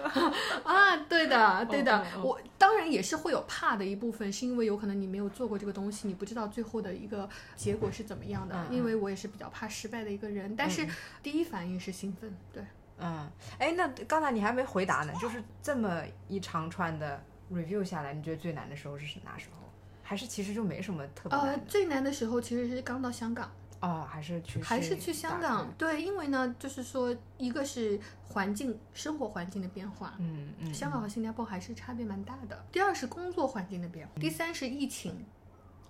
Speaker 1: 啊！对的，对的
Speaker 2: 哦哦哦
Speaker 1: 我当然也是会有怕的一部分，是因为有可能你没有做过这个东西，你不知道最后的一个结果是怎么样的。
Speaker 2: 嗯嗯
Speaker 1: 因为我也是比较怕失败的一个人，但是第一反应是兴奋，对。
Speaker 2: 嗯，哎，那刚才你还没回答呢，就是这么一长串的 review 下来，你觉得最难的时候是哪时候？还是其实就没什么特别难
Speaker 1: 呃
Speaker 2: 的？，
Speaker 1: 最难的时候其实是刚到香港，
Speaker 2: 哦，还是去
Speaker 1: 还是
Speaker 2: 适应
Speaker 1: 去香
Speaker 2: 大
Speaker 1: 港
Speaker 2: 概？。
Speaker 1: 对，因为呢，就是说，一个是环境、生活环境的变化，
Speaker 2: 嗯嗯，
Speaker 1: 香港和新加坡还是差别蛮大的。第二是工作环境的变化，第三是疫情，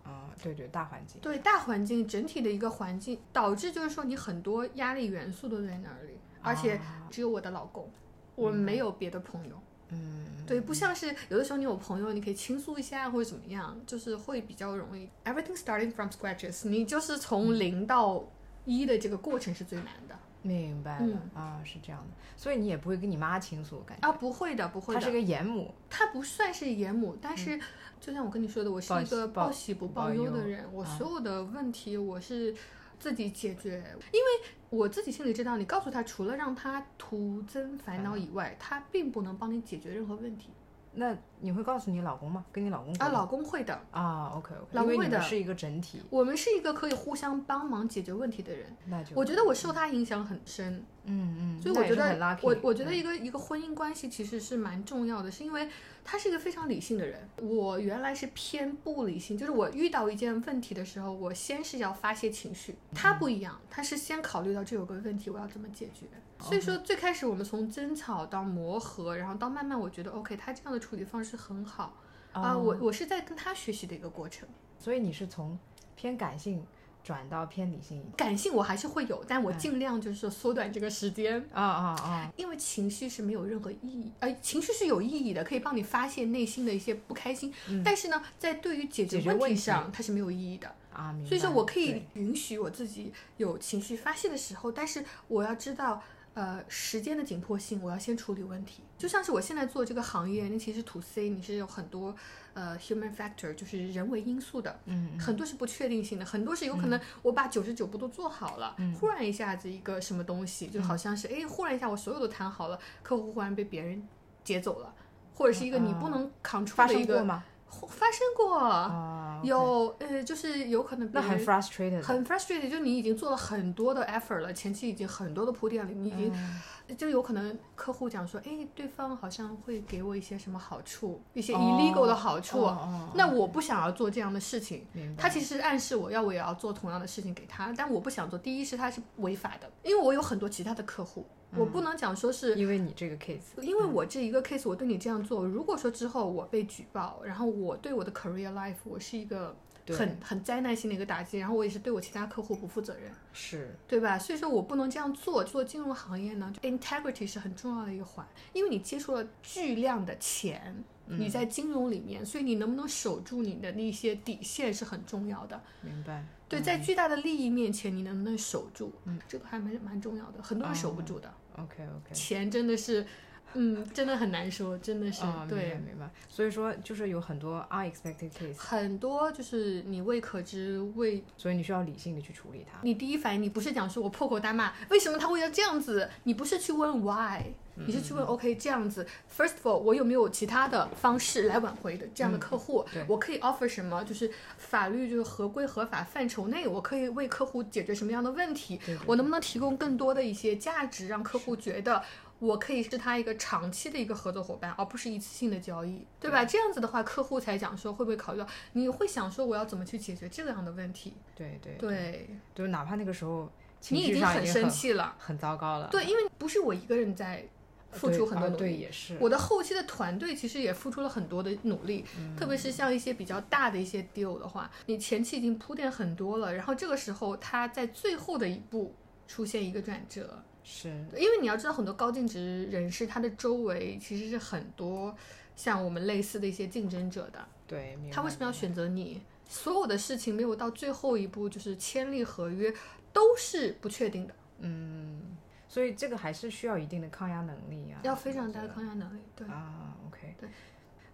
Speaker 2: 啊、对对，大环境。
Speaker 1: 对大环境整体的一个环境，导致就是说你很多压力元素都在那里，而且
Speaker 2: 啊
Speaker 1: 只有我的老公，我没有别的朋友。
Speaker 2: 嗯，
Speaker 1: 对，不像是有的时候你有朋友，你可以倾诉一下或者怎么样，就是会比较容易。Everything starting from scratches，你就是
Speaker 2: 嗯
Speaker 1: 从零到一的这个过程是最难的
Speaker 2: 明白了
Speaker 1: 嗯
Speaker 2: 啊、是这样的，所以你也不会跟你妈倾诉，感觉、
Speaker 1: 啊！不会的，不会
Speaker 2: 她
Speaker 1: 的。
Speaker 2: 是个严母，
Speaker 1: 他不算是严母，但是就像我跟你说的，我是
Speaker 2: 报
Speaker 1: 一个
Speaker 2: 喜报
Speaker 1: 报喜不
Speaker 2: 报
Speaker 1: 报忧的
Speaker 2: 忧
Speaker 1: 人，我
Speaker 2: 啊
Speaker 1: 所有的问题我是自己解决，因为我自己心里知道，你告诉他，除了让他徒增烦恼以外，他并不能帮你解决任何问题
Speaker 2: 那你会告诉你老公吗？跟你老公
Speaker 1: 啊。
Speaker 2: 沟
Speaker 1: 老公会的，
Speaker 2: 通啊，OK OK，
Speaker 1: 老
Speaker 2: 因为
Speaker 1: 公会
Speaker 2: 你们
Speaker 1: 的
Speaker 2: 是一个整体，
Speaker 1: 我们是一个可以互相帮忙解决问题的人。
Speaker 2: 那就
Speaker 1: 我觉得我受他影响很深，
Speaker 2: 嗯嗯，
Speaker 1: 所以
Speaker 2: 那
Speaker 1: 我
Speaker 2: 也
Speaker 1: 觉
Speaker 2: 是很
Speaker 1: 得
Speaker 2: lucky，
Speaker 1: 我我觉得
Speaker 2: 嗯
Speaker 1: 一个一个婚姻关系其实是蛮重要的，是因为他是一个非常理性的人。我原来是偏不理性，就是我遇到一件问题的时候，我先是要发泄情绪。
Speaker 2: 嗯
Speaker 1: 他不一样，他是先考虑到这有个问题，我要怎么解决。所以说
Speaker 2: 哦
Speaker 1: 最开始我们从争吵到磨合，然后到慢慢我觉得 OK，他这样的处理方式很好啊、
Speaker 2: 哦
Speaker 1: 我我是在跟他学习的一个过程。
Speaker 2: 所以你是从偏感性转到偏理性一点
Speaker 1: 感性我还是会有，
Speaker 2: 哎
Speaker 1: 但我尽量就是说缩短这个时间。
Speaker 2: 啊啊啊！
Speaker 1: 因为情绪是没有任何意义，呃，情绪是有意义的，可以帮你发泄内心的一些不开心。但是呢，在对于解决
Speaker 2: 解决问
Speaker 1: 题
Speaker 2: 题
Speaker 1: 上，它是没有意义的。
Speaker 2: 啊，明白。
Speaker 1: 所以说我可以
Speaker 2: 对
Speaker 1: 允许我自己有情绪发泄的时候，但是我要知道，呃，时间的紧迫性，我要先处理问题。就像是我现在做这个行业，那其实 to C 你是有很多呃 human factor，就是人为因素的，
Speaker 2: 嗯，
Speaker 1: 很多是不确定性的，很多是有可能我把九十九步都做好了，
Speaker 2: 嗯
Speaker 1: 忽然一下子一个什么东西，就好像是哎，忽然一下我所有都谈好了，客户忽然被别人劫走了，或者是一个你不能 control
Speaker 2: 嗯发
Speaker 1: 的一
Speaker 2: 生过
Speaker 1: 个
Speaker 2: 吗？
Speaker 1: 发生过，
Speaker 2: 啊，
Speaker 1: 有呃，就是有可能别
Speaker 2: 那
Speaker 1: 人
Speaker 2: 很 frustrated
Speaker 1: 很 frustrated，就是你已经做了很多的 effort 了，前期已经很多的铺垫了，你已经、
Speaker 2: 嗯
Speaker 1: 就有可能客户讲说，哎，对方好像会给我一些什么好处，一些
Speaker 2: 哦
Speaker 1: illegal 的好处，
Speaker 2: 哦哦
Speaker 1: 那我不想要做这样的事情
Speaker 2: 明。
Speaker 1: 他其实暗示我要我也要做同样的事情给他，但我不想做。第一是他是违法的，因为我有很多其他的客户，我
Speaker 2: 嗯
Speaker 1: 不能讲说是
Speaker 2: 因为你这个 case，
Speaker 1: 因为我这一个 case，我对你这样做，如果说之后我被举报，然后我对我的 career life，我是一个
Speaker 2: 对
Speaker 1: 很很灾难性的一个打击，然后我也是对我其他客户不负责任，
Speaker 2: 是
Speaker 1: 对吧？所以说我不能这样做。做金融行业呢就，integrity 是很重要的一环，因为你接触了巨量的钱，你在
Speaker 2: 嗯
Speaker 1: 金融里面，所以你能不能守住你的那些底线是很重要的。
Speaker 2: 明白。
Speaker 1: 对，在
Speaker 2: 嗯
Speaker 1: 巨大的利益面前，你能不能守住，这个还蛮蛮重要的，很多人守不住的。
Speaker 2: OK 嗯哦 OK。
Speaker 1: 钱真的是，嗯，真的很难说，真的是、
Speaker 2: 啊，明白
Speaker 1: 对。
Speaker 2: 明白。所以说就是有很多 unexpected case，
Speaker 1: 很多就是你未可知，未
Speaker 2: 所以你需要理性的去处
Speaker 1: 啊
Speaker 2: 理它。
Speaker 1: 你第一反应，你不是讲说我破口大骂，为什么他会要这样子？你不是去问 why，你是去
Speaker 2: 嗯
Speaker 1: 问 OK 这样子，first of all，我有没有其他的方式来挽回的这样的客户？
Speaker 2: 嗯对
Speaker 1: 我可以 offer 什么？就是法律就是合规合法范畴内，我可以为客户解决什么样的问题？
Speaker 2: 对对
Speaker 1: 我能不能提供更多的一些价值，让客户觉得我可以是他一个长期的一个合作伙伴，而不是一次性的交易，对吧？这样子的话，客户才讲说会不会考虑到，你会想说我要怎么去解决这样的问题？
Speaker 2: 对对，
Speaker 1: 对
Speaker 2: 就是哪怕那个时候情
Speaker 1: 你已
Speaker 2: 绪
Speaker 1: 经
Speaker 2: 上
Speaker 1: 很
Speaker 2: 已经
Speaker 1: 生气了，
Speaker 2: 很糟糕了，
Speaker 1: 对，因为不是我一个人在付
Speaker 2: 对
Speaker 1: 出很
Speaker 2: 啊
Speaker 1: 多努
Speaker 2: 对
Speaker 1: 力。
Speaker 2: 也是，
Speaker 1: 我的后期的团队其实也付出了很多的努力，
Speaker 2: 嗯
Speaker 1: 特别是像一些比较大的一些 deal 的话，你前期已经铺垫很多了，然后这个时候它在最后的一步出现一个转折，
Speaker 2: 是
Speaker 1: 因为你要知道很多高净值人士他的周围其实是很多像我们类似的一些竞争者的，
Speaker 2: 对，明
Speaker 1: 他
Speaker 2: 白
Speaker 1: 为什么要选择你？所有的事情没有到最后一步，就是签立合约都是不确定的，
Speaker 2: 嗯，所以这个还是需要一定的抗压能力啊，
Speaker 1: 要非常大
Speaker 2: 我
Speaker 1: 的
Speaker 2: 觉
Speaker 1: 抗压能力。对
Speaker 2: 得，啊，OK，
Speaker 1: 对。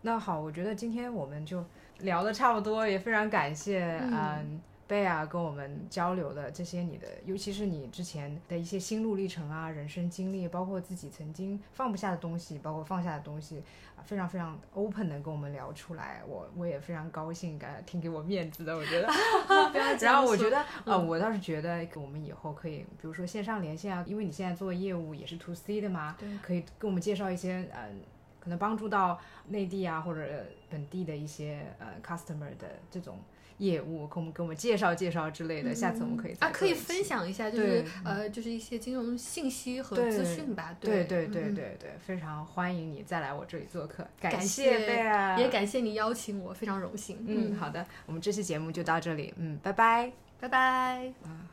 Speaker 2: 那好，我觉得今天我们就聊的差不多，也非常感谢
Speaker 1: 嗯
Speaker 2: 嗯贝尔跟我们交流的这些你的，尤其是你之前的一些心路历程啊、人生经历，包括自己曾经放不下的东西，包括放下的东西，啊非常非常 open 的跟我们聊出来，我我也非常高兴，感挺给我面子的，我觉得。
Speaker 1: 不要这
Speaker 2: 然
Speaker 1: 样
Speaker 2: 后我
Speaker 1: 说
Speaker 2: 觉得，呃，
Speaker 1: 嗯
Speaker 2: 我倒是觉得我们以后可以，比如说线上连线啊，因为你现在做业务也是 to C 的嘛，
Speaker 1: 对
Speaker 2: 可以跟我们介绍一些，嗯、可能帮助到内地啊或者呃本地的一些呃 customer 的这种业务，跟我们给我们介绍介绍之类的，下次我们可以再
Speaker 1: 啊，可以
Speaker 2: 做一
Speaker 1: 分
Speaker 2: 期。
Speaker 1: 享一下，就
Speaker 2: 对嗯
Speaker 1: 是呃，就是一些金融信息和
Speaker 2: 对
Speaker 1: 资讯吧。
Speaker 2: 对
Speaker 1: 对
Speaker 2: 对对对
Speaker 1: 嗯
Speaker 2: 对对，非常欢迎你再来我这里做客，
Speaker 1: 感
Speaker 2: 谢贝尔，嗯
Speaker 1: 也感谢你邀请我，非常荣幸。
Speaker 2: 嗯，，好的，我们这期节目就到这里，嗯，拜拜。
Speaker 1: 拜拜。
Speaker 2: 啊，